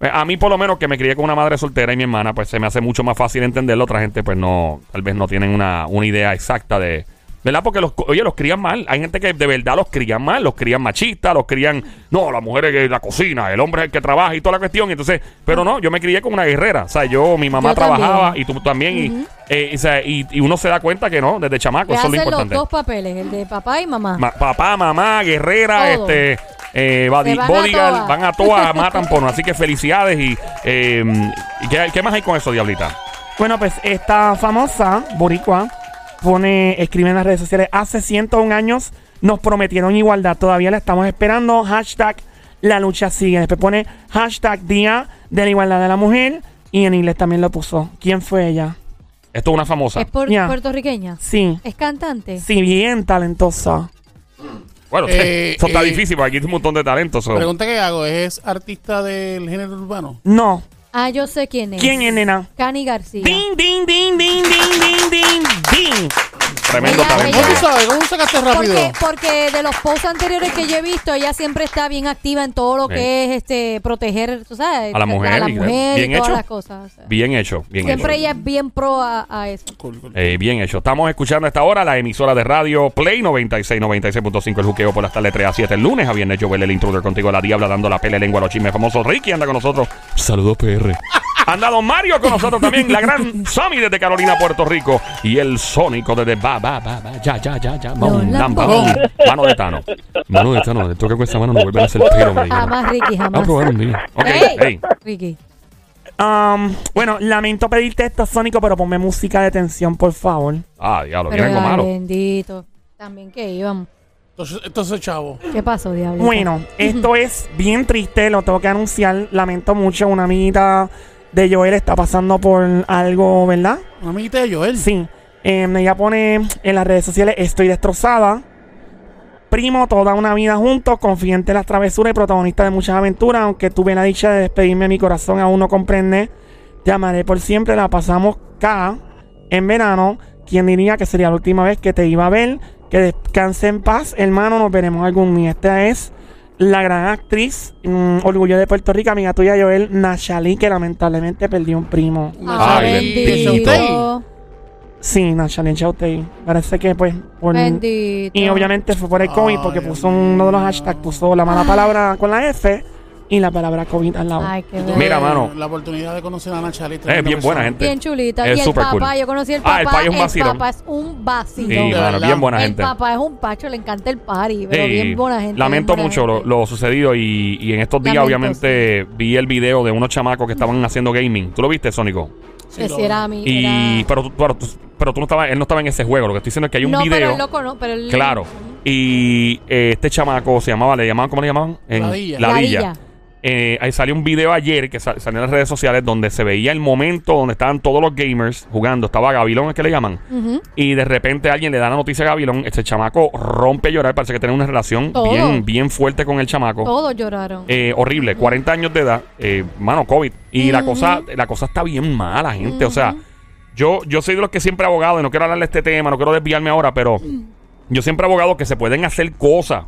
Speaker 1: eh, a mí por lo menos que me crié con una madre soltera y mi hermana, pues se me hace mucho más fácil entenderlo. Otra gente, pues no, tal vez no tienen una, una idea exacta de... ¿Verdad? Porque los, oye, los crían mal. Hay gente que de verdad los crían mal, los crían machistas, los crían. No, la mujer es que la cocina, el hombre es el que trabaja y toda la cuestión. Entonces, pero no, yo me crié con una guerrera. O sea, yo, mi mamá
Speaker 5: Ah. Yo también.
Speaker 1: trabajaba y tú también. y- eh, y, se- y- y uno se da cuenta que no, desde chamaco,
Speaker 5: Le
Speaker 1: eso es lo
Speaker 5: hacen los
Speaker 1: importante.
Speaker 5: dos papeles, el de papá y mamá.
Speaker 1: Ma- papá, mamá, guerrera,
Speaker 5: Todo.
Speaker 1: este. Eh, body-
Speaker 5: van a
Speaker 1: bodyguard,
Speaker 5: toa.
Speaker 1: van a
Speaker 5: [LAUGHS]
Speaker 1: todas, matan por no. Así que felicidades y. eh, ¿y ¿qué, qué más hay con eso, Diablita?
Speaker 2: Bueno, pues esta famosa boricua pone, escribe en las redes sociales, hace 101 años Nos prometieron igualdad. Todavía la estamos esperando. Hashtag la lucha sigue. Después pone hashtag Día de la Igualdad de la Mujer. Y en inglés también lo puso. ¿Quién fue ella?
Speaker 1: Esto es una famosa.
Speaker 5: Es por-
Speaker 2: Ya.
Speaker 5: puertorriqueña.
Speaker 2: Sí.
Speaker 5: Es cantante.
Speaker 2: Sí, bien talentosa.
Speaker 1: Bueno, [LAUGHS]
Speaker 3: Eh,
Speaker 1: eso está
Speaker 3: eh,
Speaker 1: difícil porque aquí hay un montón de talentos. so.
Speaker 3: Pregunta que hago, ¿es artista del género urbano?
Speaker 2: No.
Speaker 5: Ah, yo sé quién es.
Speaker 2: ¿Quién es, nena?
Speaker 5: Cani García.
Speaker 2: Ding, ding, ding, ding, ding, ding, ding, ding.
Speaker 1: Tremendo
Speaker 5: Ella-
Speaker 1: talento.
Speaker 3: ¿Cómo tú sabes? ¿Cómo sacaste rápido?
Speaker 5: Porque, porque de los posts anteriores que yo he visto, ella siempre está bien activa en todo lo que
Speaker 1: Sí.
Speaker 5: es este proteger, tú sabes,
Speaker 1: A la mujer,
Speaker 5: a la
Speaker 1: y-
Speaker 5: mujer
Speaker 1: bien
Speaker 5: y todas
Speaker 1: hecho.
Speaker 5: las cosas. o sea.
Speaker 1: Bien hecho, bien
Speaker 5: siempre
Speaker 1: hecho.
Speaker 5: ella es bien pro a, a eso.
Speaker 3: Cool, cool.
Speaker 1: Eh, bien hecho. Estamos escuchando a esta hora la emisora de radio Play 96, 96.5, el juqueo por las tardes 3 a 7. El lunes a viernes, Joel el intruder contigo, la diabla dando la pele lengua a los chismes famosos. Ricky anda con nosotros.
Speaker 4: Saludos, PR.
Speaker 1: Anda Don Mario con nosotros también, la gran
Speaker 4: [LAUGHS]
Speaker 1: Sammy desde Carolina, Puerto Rico. Y el Sónico desde Ba, Ba, Ba, Ba, ya, ya, ya, ya, bam,
Speaker 5: Los
Speaker 1: dam, bam,
Speaker 3: lambos.
Speaker 1: Mano de Tano.
Speaker 4: Mano de esta no, le toca con esta mano, no vuelven a hacer pelo, me dijeron.
Speaker 5: Jamás, Ricky,
Speaker 4: Vamos a
Speaker 5: jamás.
Speaker 4: probar un día.
Speaker 1: Ok,
Speaker 5: Ey.
Speaker 1: hey.
Speaker 5: Ricky.
Speaker 2: Um, bueno, lamento pedirte esto, Sónico, pero ponme música de tensión, por favor.
Speaker 1: Ah, diablo, tiene
Speaker 5: Pero
Speaker 1: algo
Speaker 5: ay,
Speaker 1: malo.
Speaker 5: bendito. También que íbamos.
Speaker 3: Entonces, entonces, chavo.
Speaker 5: ¿Qué pasó, diablo? [LAUGHS]
Speaker 2: Bueno, esto es bien triste, lo tengo que anunciar. Lamento mucho, una amiguita de Joel está pasando por algo, ¿verdad?
Speaker 3: Una amiguita de Joel.
Speaker 2: Sí. Eh, ella pone en las redes sociales, estoy destrozada. Primo, toda una vida juntos, confidente en las travesuras y protagonista de muchas aventuras. Aunque tuve la dicha de despedirme, mi corazón aún no comprende. Te amaré por siempre, la pasamos K en verano. ¿Quién diría que sería la última vez que te iba a ver? Que descanse en paz, hermano, nos veremos algún día. Esta es la gran actriz, mm, orgullo de Puerto Rico, amiga tuya Joel Nachalí, que lamentablemente perdió un primo.
Speaker 5: Ah,
Speaker 1: Ay,
Speaker 5: bendito.
Speaker 2: Sí, Nachalí Chautey. Parece que pues por-
Speaker 5: Bendito.
Speaker 2: Y obviamente fue por el COVID porque
Speaker 3: Ay,
Speaker 2: puso uno de los hashtags, puso la mala
Speaker 5: Ay.
Speaker 2: palabra con la F y la palabra COVID al lado.
Speaker 5: Ah. Ay, qué
Speaker 3: Tuve
Speaker 5: bueno.
Speaker 1: Mira, mano.
Speaker 3: La oportunidad de conocer a Ana Charlie.
Speaker 1: Es Eh, bien buena gente.
Speaker 5: Bien chulita.
Speaker 1: Es
Speaker 5: y el
Speaker 1: súper
Speaker 5: papá,
Speaker 1: cool.
Speaker 5: yo conocí el papá.
Speaker 1: Ah, el papá es un vacilón.
Speaker 5: papá es un vacilón.
Speaker 1: Sí,
Speaker 3: de
Speaker 1: mano,
Speaker 3: verdad.
Speaker 1: bien buena
Speaker 5: el
Speaker 1: gente.
Speaker 5: papá es un pacho, le encanta el party, pero
Speaker 1: Sí,
Speaker 5: bien buena gente.
Speaker 1: Lamento
Speaker 5: bien buena
Speaker 1: mucho lo,
Speaker 5: gente.
Speaker 1: lo sucedido y, y en estos días
Speaker 5: Lamento,
Speaker 1: obviamente vi el video de unos chamacos que estaban haciendo gaming. ¿Tú lo viste, Sónico?
Speaker 5: Que si era mi.
Speaker 1: Y
Speaker 5: era-
Speaker 1: pero, tú- pero, tú- pero tú no estabas, él no estaba en ese juego. Lo que estoy diciendo es que hay un
Speaker 5: no,
Speaker 1: video.
Speaker 5: pero él lo cono- pero él-
Speaker 1: Claro. Y eh, este chamaco se llamaba, le llamaban, ¿cómo le llamaban?
Speaker 3: Ladilla.
Speaker 1: Ladilla.
Speaker 5: Ladilla.
Speaker 1: Eh, ahí salió un video ayer que sa- salió en las redes sociales donde se veía el momento donde estaban todos los gamers jugando. Estaba Gabilón, es que le llaman.
Speaker 5: Ujú.
Speaker 1: Y de repente alguien le da la noticia a Gabilón. Este chamaco rompe a llorar. Parece que tiene una relación
Speaker 5: Todo.
Speaker 1: bien, bien fuerte con el chamaco.
Speaker 5: Todos lloraron.
Speaker 1: Eh, horrible, 40 años de edad, eh, mano, COVID. Y la
Speaker 5: Ujú.
Speaker 1: cosa la cosa está bien mala, gente. O sea, yo, yo soy de los que siempre he abogado, y no quiero hablar de este tema, no quiero desviarme ahora, pero
Speaker 5: Mm.
Speaker 1: yo siempre he abogado que se pueden hacer cosas.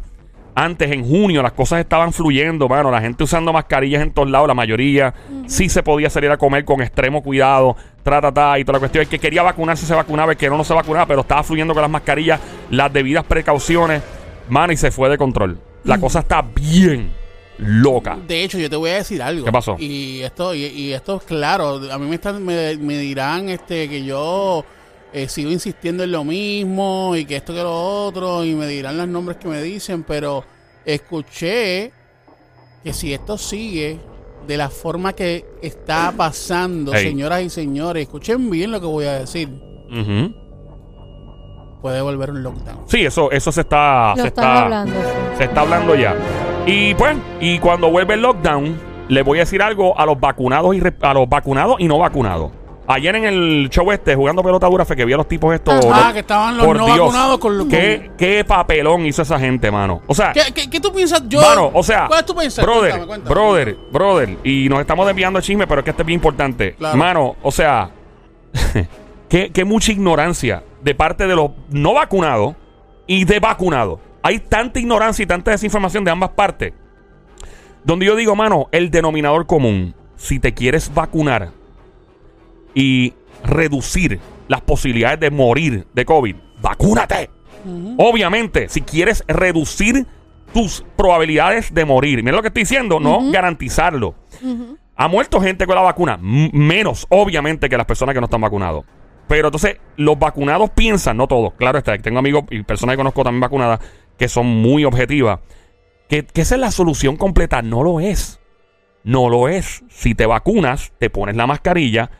Speaker 1: Antes, en junio, las cosas estaban fluyendo, mano. La gente usando mascarillas en todos lados, la mayoría. Sí se podía salir a comer con extremo cuidado, tra, ta, ta, y toda la cuestión. El que quería vacunarse se vacunaba, el que no, no se vacunaba, pero estaba fluyendo con las mascarillas, las debidas precauciones, mano, y se fue de control. La cosa está bien loca.
Speaker 3: De hecho, yo te voy a decir algo.
Speaker 1: ¿Qué pasó?
Speaker 3: Y esto, y, y esto es claro. A mí me, están, me, me dirán este, que yo eh, sigo insistiendo en lo mismo y que esto que lo otro y me dirán los nombres que me dicen, pero escuché que si esto sigue de la forma que está pasando,
Speaker 1: Ey.
Speaker 3: señoras y señores, escuchen bien lo que voy a decir.
Speaker 1: Ujú.
Speaker 3: Puede volver un lockdown.
Speaker 1: Sí, eso, eso se está.
Speaker 5: lo
Speaker 1: se
Speaker 5: están
Speaker 1: está
Speaker 5: hablando.
Speaker 1: Se está hablando ya. Y pues, y cuando vuelve el lockdown, le voy a decir algo a los vacunados y re- a los vacunados y no vacunados. Ayer en el show este, jugando pelota dura, fue que vi a los tipos estos.
Speaker 5: Ajá,
Speaker 1: los-
Speaker 3: Ah, que estaban los no vacunados con lo-
Speaker 1: ¿Qué, qué papelón hizo esa gente, mano. O sea,
Speaker 3: ¿Qué, qué- qué tú piensas? Yo,
Speaker 1: mano, o sea,
Speaker 3: ¿cuál es tu pensar?
Speaker 1: brother,
Speaker 3: Cuéntame, cuéntame.
Speaker 1: brother, brother. Y nos estamos desviando de chisme, pero es que este es bien importante.
Speaker 3: Claro.
Speaker 1: Mano, o sea, [LAUGHS] qué, qué mucha ignorancia de parte de los no vacunados y de vacunados. Hay tanta ignorancia y tanta desinformación de ambas partes. Donde yo digo, mano, el denominador común, si te quieres vacunar y reducir las posibilidades de morir de COVID, vacúnate. Obviamente, si quieres reducir tus probabilidades de morir, mira lo que estoy diciendo, no garantizarlo. Ha muerto gente con la vacuna, m- menos obviamente que las personas que no están vacunados. Pero entonces los vacunados piensan, no todos, claro está, tengo amigos y personas que conozco también vacunadas que son muy objetivas, que, que esa es la solución completa, no lo es. No lo es. Si te vacunas, te pones la mascarilla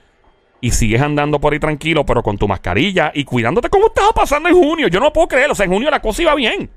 Speaker 1: y sigues andando por ahí tranquilo, pero con tu mascarilla y cuidándote como estaba pasando en junio. Yo no puedo creer, o sea, en junio la cosa iba bien.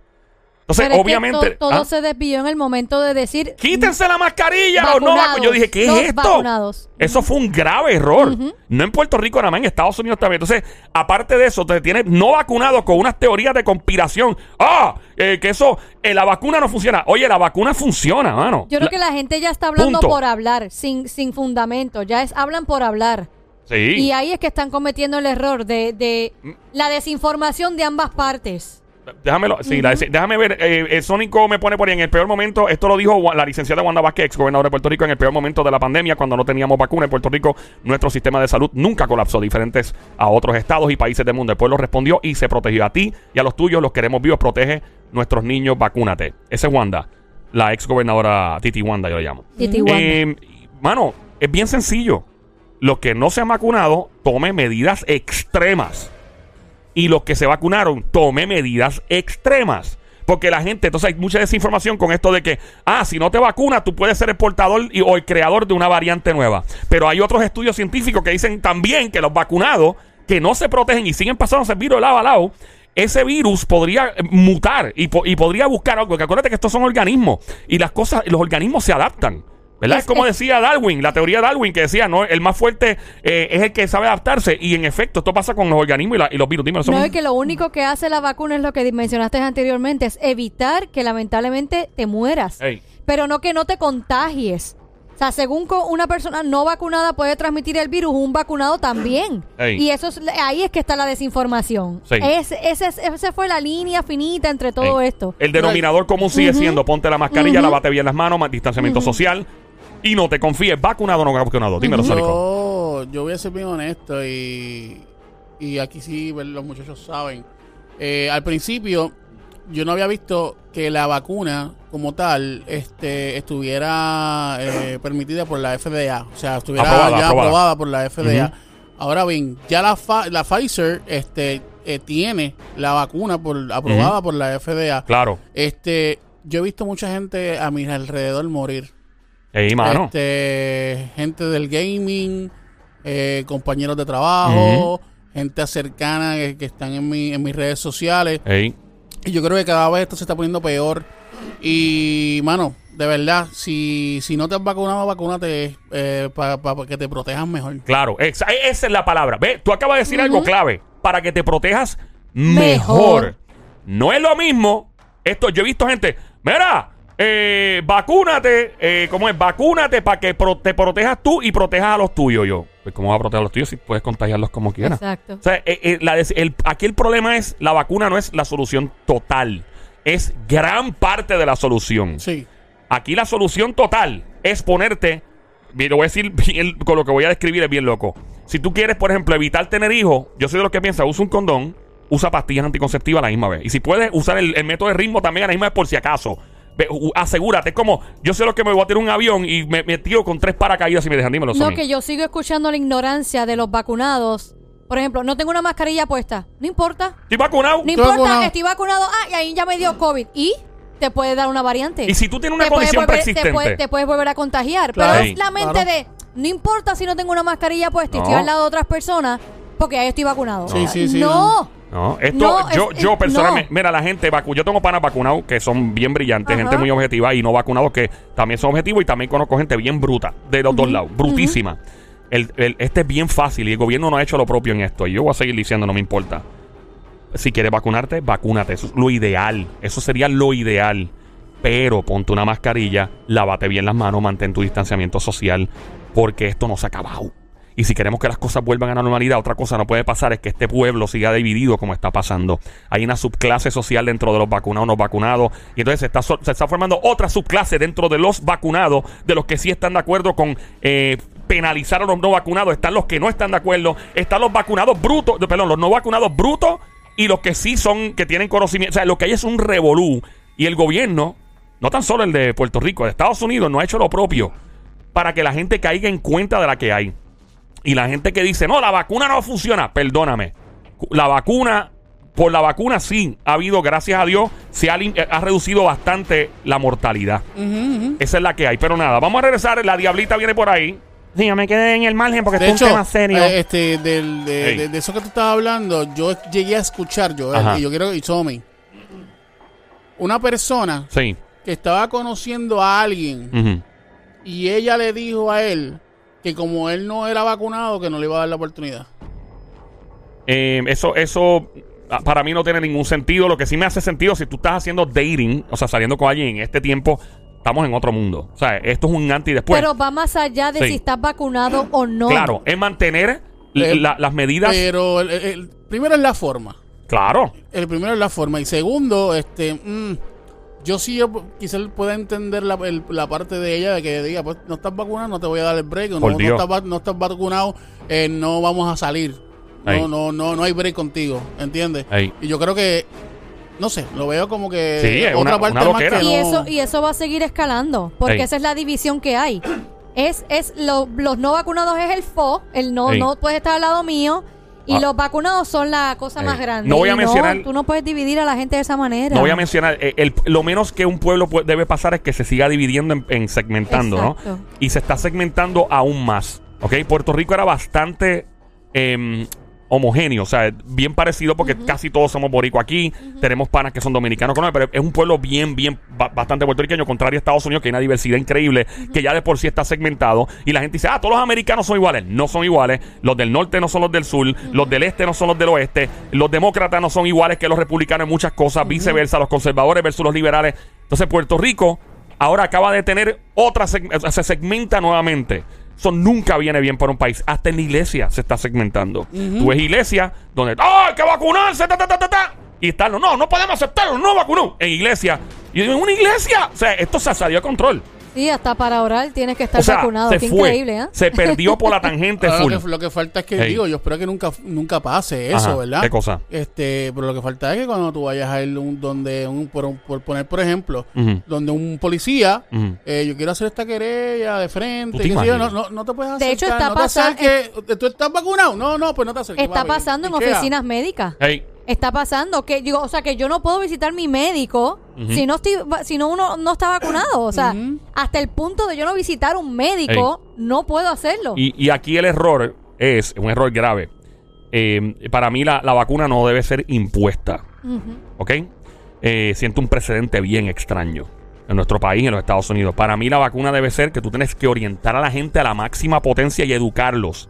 Speaker 1: Entonces,
Speaker 5: Pero es que
Speaker 1: obviamente.
Speaker 5: to- todo
Speaker 1: ¿ah?
Speaker 5: se desvió en el momento de decir.
Speaker 1: Quítense la mascarilla o no
Speaker 5: Vacunados,
Speaker 1: vacu- Yo dije, ¿qué es
Speaker 5: los
Speaker 1: esto?
Speaker 5: vacunados.
Speaker 1: Eso fue un grave error. No en Puerto Rico, nada más en Estados Unidos también. Entonces, aparte de eso, te tienes no vacunado con unas teorías de conspiración. ¡Ah! eh, que eso, eh, la vacuna no funciona. Oye, la vacuna funciona, mano.
Speaker 5: Yo creo que la gente ya está hablando
Speaker 1: Punto.
Speaker 5: por hablar, sin, sin fundamento. Ya es hablan por hablar.
Speaker 1: Sí. Mm.
Speaker 5: Y ahí es que están cometiendo el error de, de la desinformación de ambas partes.
Speaker 1: Déjamelo, sí, la- sí, déjame ver. Eh, eh, Sónico me pone por ahí en el peor momento. Esto lo dijo Wa- la licenciada Wanda Vázquez, ex gobernadora de Puerto Rico, en el peor momento de la pandemia, cuando no teníamos vacuna en Puerto Rico. Nuestro sistema de salud nunca colapsó, diferentes a otros estados y países del mundo. El pueblo respondió y se protegió a ti y a los tuyos, los queremos vivos. Protege nuestros niños, vacúnate. Esa es Wanda, la ex gobernadora Titi Wanda, yo la llamo.
Speaker 5: Titi Wanda.
Speaker 1: Eh, mano, es bien sencillo. Los que no se han vacunado, tome medidas extremas. Y los que se vacunaron, tome medidas extremas. Porque la gente, entonces hay mucha desinformación con esto de que, ah, si no te vacunas, tú puedes ser el portador y- o el creador de una variante nueva. Pero hay otros estudios científicos que dicen también que los vacunados que no se protegen y siguen pasándose el virus de lado a lado, ese virus podría eh, mutar y, po- y podría buscar algo. Porque acuérdate que estos son organismos y las cosas, los organismos se adaptan. ¿Verdad?
Speaker 5: Es-
Speaker 1: Es como
Speaker 5: es-
Speaker 1: decía Darwin, la teoría de Darwin que decía, no, el más fuerte eh, es el que sabe adaptarse. Y en efecto, esto pasa con los organismos y, la- y los virus. Dime, ¿no?
Speaker 5: No
Speaker 1: somos-
Speaker 5: es que lo único que hace la vacuna es lo que mencionaste anteriormente, es evitar que lamentablemente te mueras,
Speaker 1: Ey.
Speaker 5: pero no que no te contagies. O sea, según co- una persona no vacunada puede transmitir el virus, un vacunado también.
Speaker 1: Ey.
Speaker 5: Y eso es, ahí es que está la desinformación.
Speaker 1: Sí.
Speaker 5: Es- ese, es- esa fue la línea finita entre todo
Speaker 1: Ey.
Speaker 5: esto.
Speaker 1: El denominador común sigue siendo ponte la mascarilla,
Speaker 5: Ujú.
Speaker 1: lávate bien las manos, ma- distanciamiento social y no te confíes, vacunado o no vacunado. Dímelo, Sónico.
Speaker 3: Yo, yo voy a ser bien honesto y, y aquí sí pues, los muchachos saben. Eh, al principio yo no había visto que la vacuna como tal este, estuviera eh, permitida por la FDA. O sea, estuviera
Speaker 1: Aprobada,
Speaker 3: ya
Speaker 1: aprobada.
Speaker 3: aprobada. por la FDA. Ahora bien, ya la, fa- la Pfizer este, eh, tiene la vacuna por, aprobada por la FDA.
Speaker 1: Claro.
Speaker 3: Este, yo he visto mucha gente a mi alrededor morir.
Speaker 1: Ey, mano.
Speaker 3: Este, gente del gaming, eh, compañeros de trabajo, gente cercana que, que están en, mi- en mis redes sociales.
Speaker 1: Ey.
Speaker 3: Y yo creo que cada vez esto se está poniendo peor. Y, mano, de verdad, si, si no te has vacunado, vacúnate eh, para que te protejas mejor.
Speaker 1: Claro, exa- e- esa es la palabra. Ve, tú acabas de decir algo clave para que te protejas mejor.
Speaker 5: Mejor.
Speaker 1: No es lo mismo. Esto, yo he visto gente, mira, eh, vacúnate, eh, ¿cómo es? Vacúnate para que pro- te protejas tú y protejas a los tuyos. Yo, pues, ¿cómo vas a proteger a los tuyos si puedes contagiarlos como quieras?
Speaker 5: Exacto.
Speaker 1: O sea, eh, eh, la des- el- aquí el problema es la vacuna no es la solución total, es gran parte de la solución.
Speaker 3: Sí.
Speaker 1: Aquí la solución total es ponerte. mira, Lo voy a decir bien- con lo que voy a describir, es bien loco. Si tú quieres, por ejemplo, evitar tener hijos, yo soy de los que piensa, usa un condón, usa pastillas anticonceptivas a la misma vez. Y si puedes, usar el, el método de ritmo también a la misma vez por si acaso. Ve, u- asegúrate, es como, yo soy de los que me voy a tirar un avión y me, me tiro con tres paracaídas y me dejan, dímelo,
Speaker 5: No,
Speaker 1: Sony.
Speaker 5: que yo sigo escuchando la ignorancia de los vacunados. Por ejemplo, no tengo una mascarilla puesta. No importa.
Speaker 1: Estoy vacunado.
Speaker 5: No importa,
Speaker 3: vacunado.
Speaker 5: estoy vacunado. Ah, y ahí ya me dio COVID. ¿Y? Te puede dar una variante.
Speaker 1: Y si tú tienes una
Speaker 5: Te puedes
Speaker 1: condición
Speaker 5: volver-
Speaker 1: persistente.
Speaker 5: Te puede- te puedes, volver a contagiar.
Speaker 3: Claro.
Speaker 5: Pero
Speaker 1: Sí.
Speaker 5: es la mente
Speaker 3: Claro.
Speaker 5: de, no importa si no tengo una mascarilla puesta y estoy
Speaker 1: No.
Speaker 5: al lado de otras personas, porque ahí estoy vacunado.
Speaker 3: Sí, sí, sí,
Speaker 5: No.
Speaker 1: No, esto,
Speaker 5: No, es-
Speaker 1: yo,
Speaker 5: es-
Speaker 1: yo personalmente,
Speaker 5: no.
Speaker 1: mira, la gente vacu yo tengo panas vacunados que son bien brillantes,
Speaker 5: Ajá.
Speaker 1: gente muy objetiva y no vacunados que también son objetivos y también conozco gente bien bruta, de los dos lados, brutísima. El- el- este es bien fácil y el gobierno no ha hecho lo propio en esto y yo voy a seguir diciendo, no me importa. Si quieres vacunarte, vacúnate, eso es lo ideal, eso sería lo ideal. Pero ponte una mascarilla, lávate bien las manos, mantén tu distanciamiento social, porque esto no se ha acabado. Y si queremos que las cosas vuelvan a la normalidad, otra cosa no puede pasar es que este pueblo siga dividido como está pasando. Hay una subclase social dentro de los vacunados, no vacunados. Y entonces se está, so- se está formando otra subclase dentro de los vacunados, de los que sí están de acuerdo con eh, penalizar a los no vacunados. Están los que no están de acuerdo. Están los vacunados brutos, perdón, los no vacunados brutos y los que sí son, que tienen conocimiento. O sea, lo que hay es un revolú. Y el gobierno, no tan solo el de Puerto Rico, el de Estados Unidos, no ha hecho lo propio para que la gente caiga en cuenta de la que hay. Y la gente que dice, no, la vacuna no funciona, perdóname. Cu- La vacuna, por la vacuna sí, ha habido, gracias a Dios, se ha, lim- eh, ha reducido bastante la mortalidad. Esa es la que hay. Pero nada, vamos a regresar. La diablita viene por ahí.
Speaker 2: Sí, yo me quedé en el margen porque
Speaker 3: De
Speaker 2: esto
Speaker 3: hecho,
Speaker 2: es un tema serio.
Speaker 3: eh, este, del, de,
Speaker 1: Ey.
Speaker 3: de- de eso que tú estabas hablando, yo llegué a escuchar, yo,
Speaker 1: Ajá.
Speaker 3: y yo quiero, y Tommy, una persona
Speaker 1: Sí.
Speaker 3: que estaba conociendo a alguien
Speaker 1: Ujú.
Speaker 3: y ella le dijo a él que como él no era vacunado, que no le iba a dar la oportunidad.
Speaker 1: Eh, eso, eso ah, para mí no tiene ningún sentido. Lo que sí me hace sentido, si tú estás haciendo dating, o sea, saliendo con alguien en este tiempo, estamos en otro mundo. O sea, esto es un anti y después.
Speaker 5: Pero va más allá de
Speaker 1: Sí.
Speaker 5: si estás vacunado o no.
Speaker 1: Claro, es mantener
Speaker 3: Eh,
Speaker 1: la- las medidas.
Speaker 3: Pero el, el- el- primero es la forma.
Speaker 1: claro.
Speaker 3: El primero es la forma. Y segundo, este, mm, yo sí yo quizás pueda entender la, el- la parte de ella de que diga, pues no estás vacunado, no te voy a dar el break. o No,
Speaker 1: Por
Speaker 3: no
Speaker 1: Dios.
Speaker 3: estás, va- no estás vacunado, eh, no vamos a salir.
Speaker 1: Ahí.
Speaker 3: No, no, no, no hay break contigo, ¿entiendes?
Speaker 1: Ahí.
Speaker 3: Y yo creo que, no sé, lo veo como que
Speaker 1: Sí, es una- una loquera.
Speaker 5: Y
Speaker 3: no-
Speaker 5: eso, y eso va a seguir escalando, porque
Speaker 1: Ey.
Speaker 5: esa es la división que
Speaker 1: [CLEARS THROAT]
Speaker 5: hay. Es, es lo- los no vacunados es el fo, el no,
Speaker 1: Ey.
Speaker 5: no puedes estar al lado mío. Y
Speaker 1: Ah.
Speaker 5: los vacunados son la cosa más
Speaker 1: Ey.
Speaker 5: grande.
Speaker 1: No voy a
Speaker 5: Y
Speaker 1: mencionar-
Speaker 5: tú no puedes dividir a la gente de esa manera.
Speaker 1: No voy a mencionar, eh, el- lo menos que un pueblo pue- debe pasar es que se siga dividiendo en, en segmentando,
Speaker 5: Exacto.
Speaker 1: ¿no? Y se está segmentando aún más, ¿ok? Puerto Rico era bastante em, homogéneo, o sea, bien parecido porque casi todos somos boricua aquí, tenemos panas que son dominicanos, con- pero es un pueblo bien, bien, ba- bastante puertorriqueño, contrario a Estados Unidos, que hay una diversidad increíble, que ya de por sí está segmentado, y la gente dice, ah, todos los americanos son iguales, no son iguales, los del norte no son los del sur, los del este no son los del oeste, los demócratas no son iguales que los republicanos en muchas cosas, viceversa, los conservadores versus los liberales. Entonces, Puerto Rico ahora acaba de tener otra, seg- o sea, se segmenta nuevamente. Eso nunca viene bien para un país. Hasta en la iglesia se está segmentando. Tú ves iglesia donde, ¡ah, hay que vacunarse! Ta, ta, ta, ta, ta! Y están, los, no, no podemos aceptarlo, no vacunó. En iglesia. Y yo digo, ¿en una iglesia? O sea, esto se salió de control.
Speaker 5: Sí, hasta para oral tienes que estar
Speaker 1: o sea,
Speaker 5: vacunado.
Speaker 1: se
Speaker 5: Qué
Speaker 1: fue.
Speaker 5: increíble, ¿eh?
Speaker 1: Se perdió por la
Speaker 5: [LAUGHS]
Speaker 1: tangente
Speaker 3: Ahora
Speaker 1: full.
Speaker 3: lo, que, lo que falta es que
Speaker 1: Ey.
Speaker 3: digo, yo espero que nunca, nunca pase eso,
Speaker 1: Ajá,
Speaker 3: ¿verdad?
Speaker 1: ¿qué cosa?
Speaker 3: Este, pero lo que falta es que cuando tú vayas a ir un, donde un, por, un- por poner por ejemplo,
Speaker 1: Ujú.
Speaker 3: donde un policía,
Speaker 1: Ujú.
Speaker 3: eh, yo quiero hacer esta querella de frente,
Speaker 1: ¿Tú te
Speaker 3: qué sé yo, no,
Speaker 1: imaginas?
Speaker 3: no, no te puedes acercar,
Speaker 5: De hecho, está
Speaker 3: no te
Speaker 5: pasa-
Speaker 3: acerques, tú estás vacunado, no, no, pues no te acerques.
Speaker 5: Está
Speaker 3: papi,
Speaker 5: pasando en
Speaker 3: pichea.
Speaker 5: oficinas médicas.
Speaker 1: Ey,
Speaker 5: Está pasando que digo, o sea, que yo no puedo visitar mi médico si no estoy va- si no uno no está vacunado, o sea, hasta el punto de yo no visitar un médico, no puedo hacerlo.
Speaker 1: Y, y aquí el error es un error grave. Eh, para mí la, la vacuna no debe ser impuesta. ¿Ok? Eh, siento un precedente bien extraño en nuestro país, en los Estados Unidos. Para mí la vacuna debe ser que tú tienes que orientar a la gente a la máxima potencia y educarlos.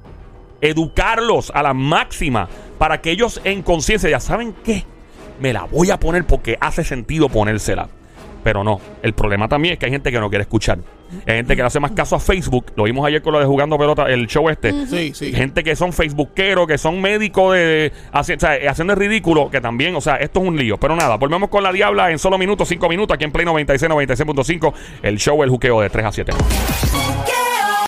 Speaker 1: Educarlos a la máxima para que ellos en conciencia ya saben qué. Me la voy a poner porque hace sentido ponérsela. Pero no, el problema también es que hay gente que no quiere escuchar. Hay gente que le hace más caso a Facebook. Lo vimos ayer con lo de jugando pelota, el show este.
Speaker 3: Sí, sí.
Speaker 1: Gente que son facebookeros, que son médicos de, de- haci- o sea, eh, haciendo el ridículo, que también, o sea, esto es un lío. Pero nada, volvemos con la diabla en solo minutos, cinco minutos, aquí en Play 96, 96.5, el show, el juqueo de 3 a 7.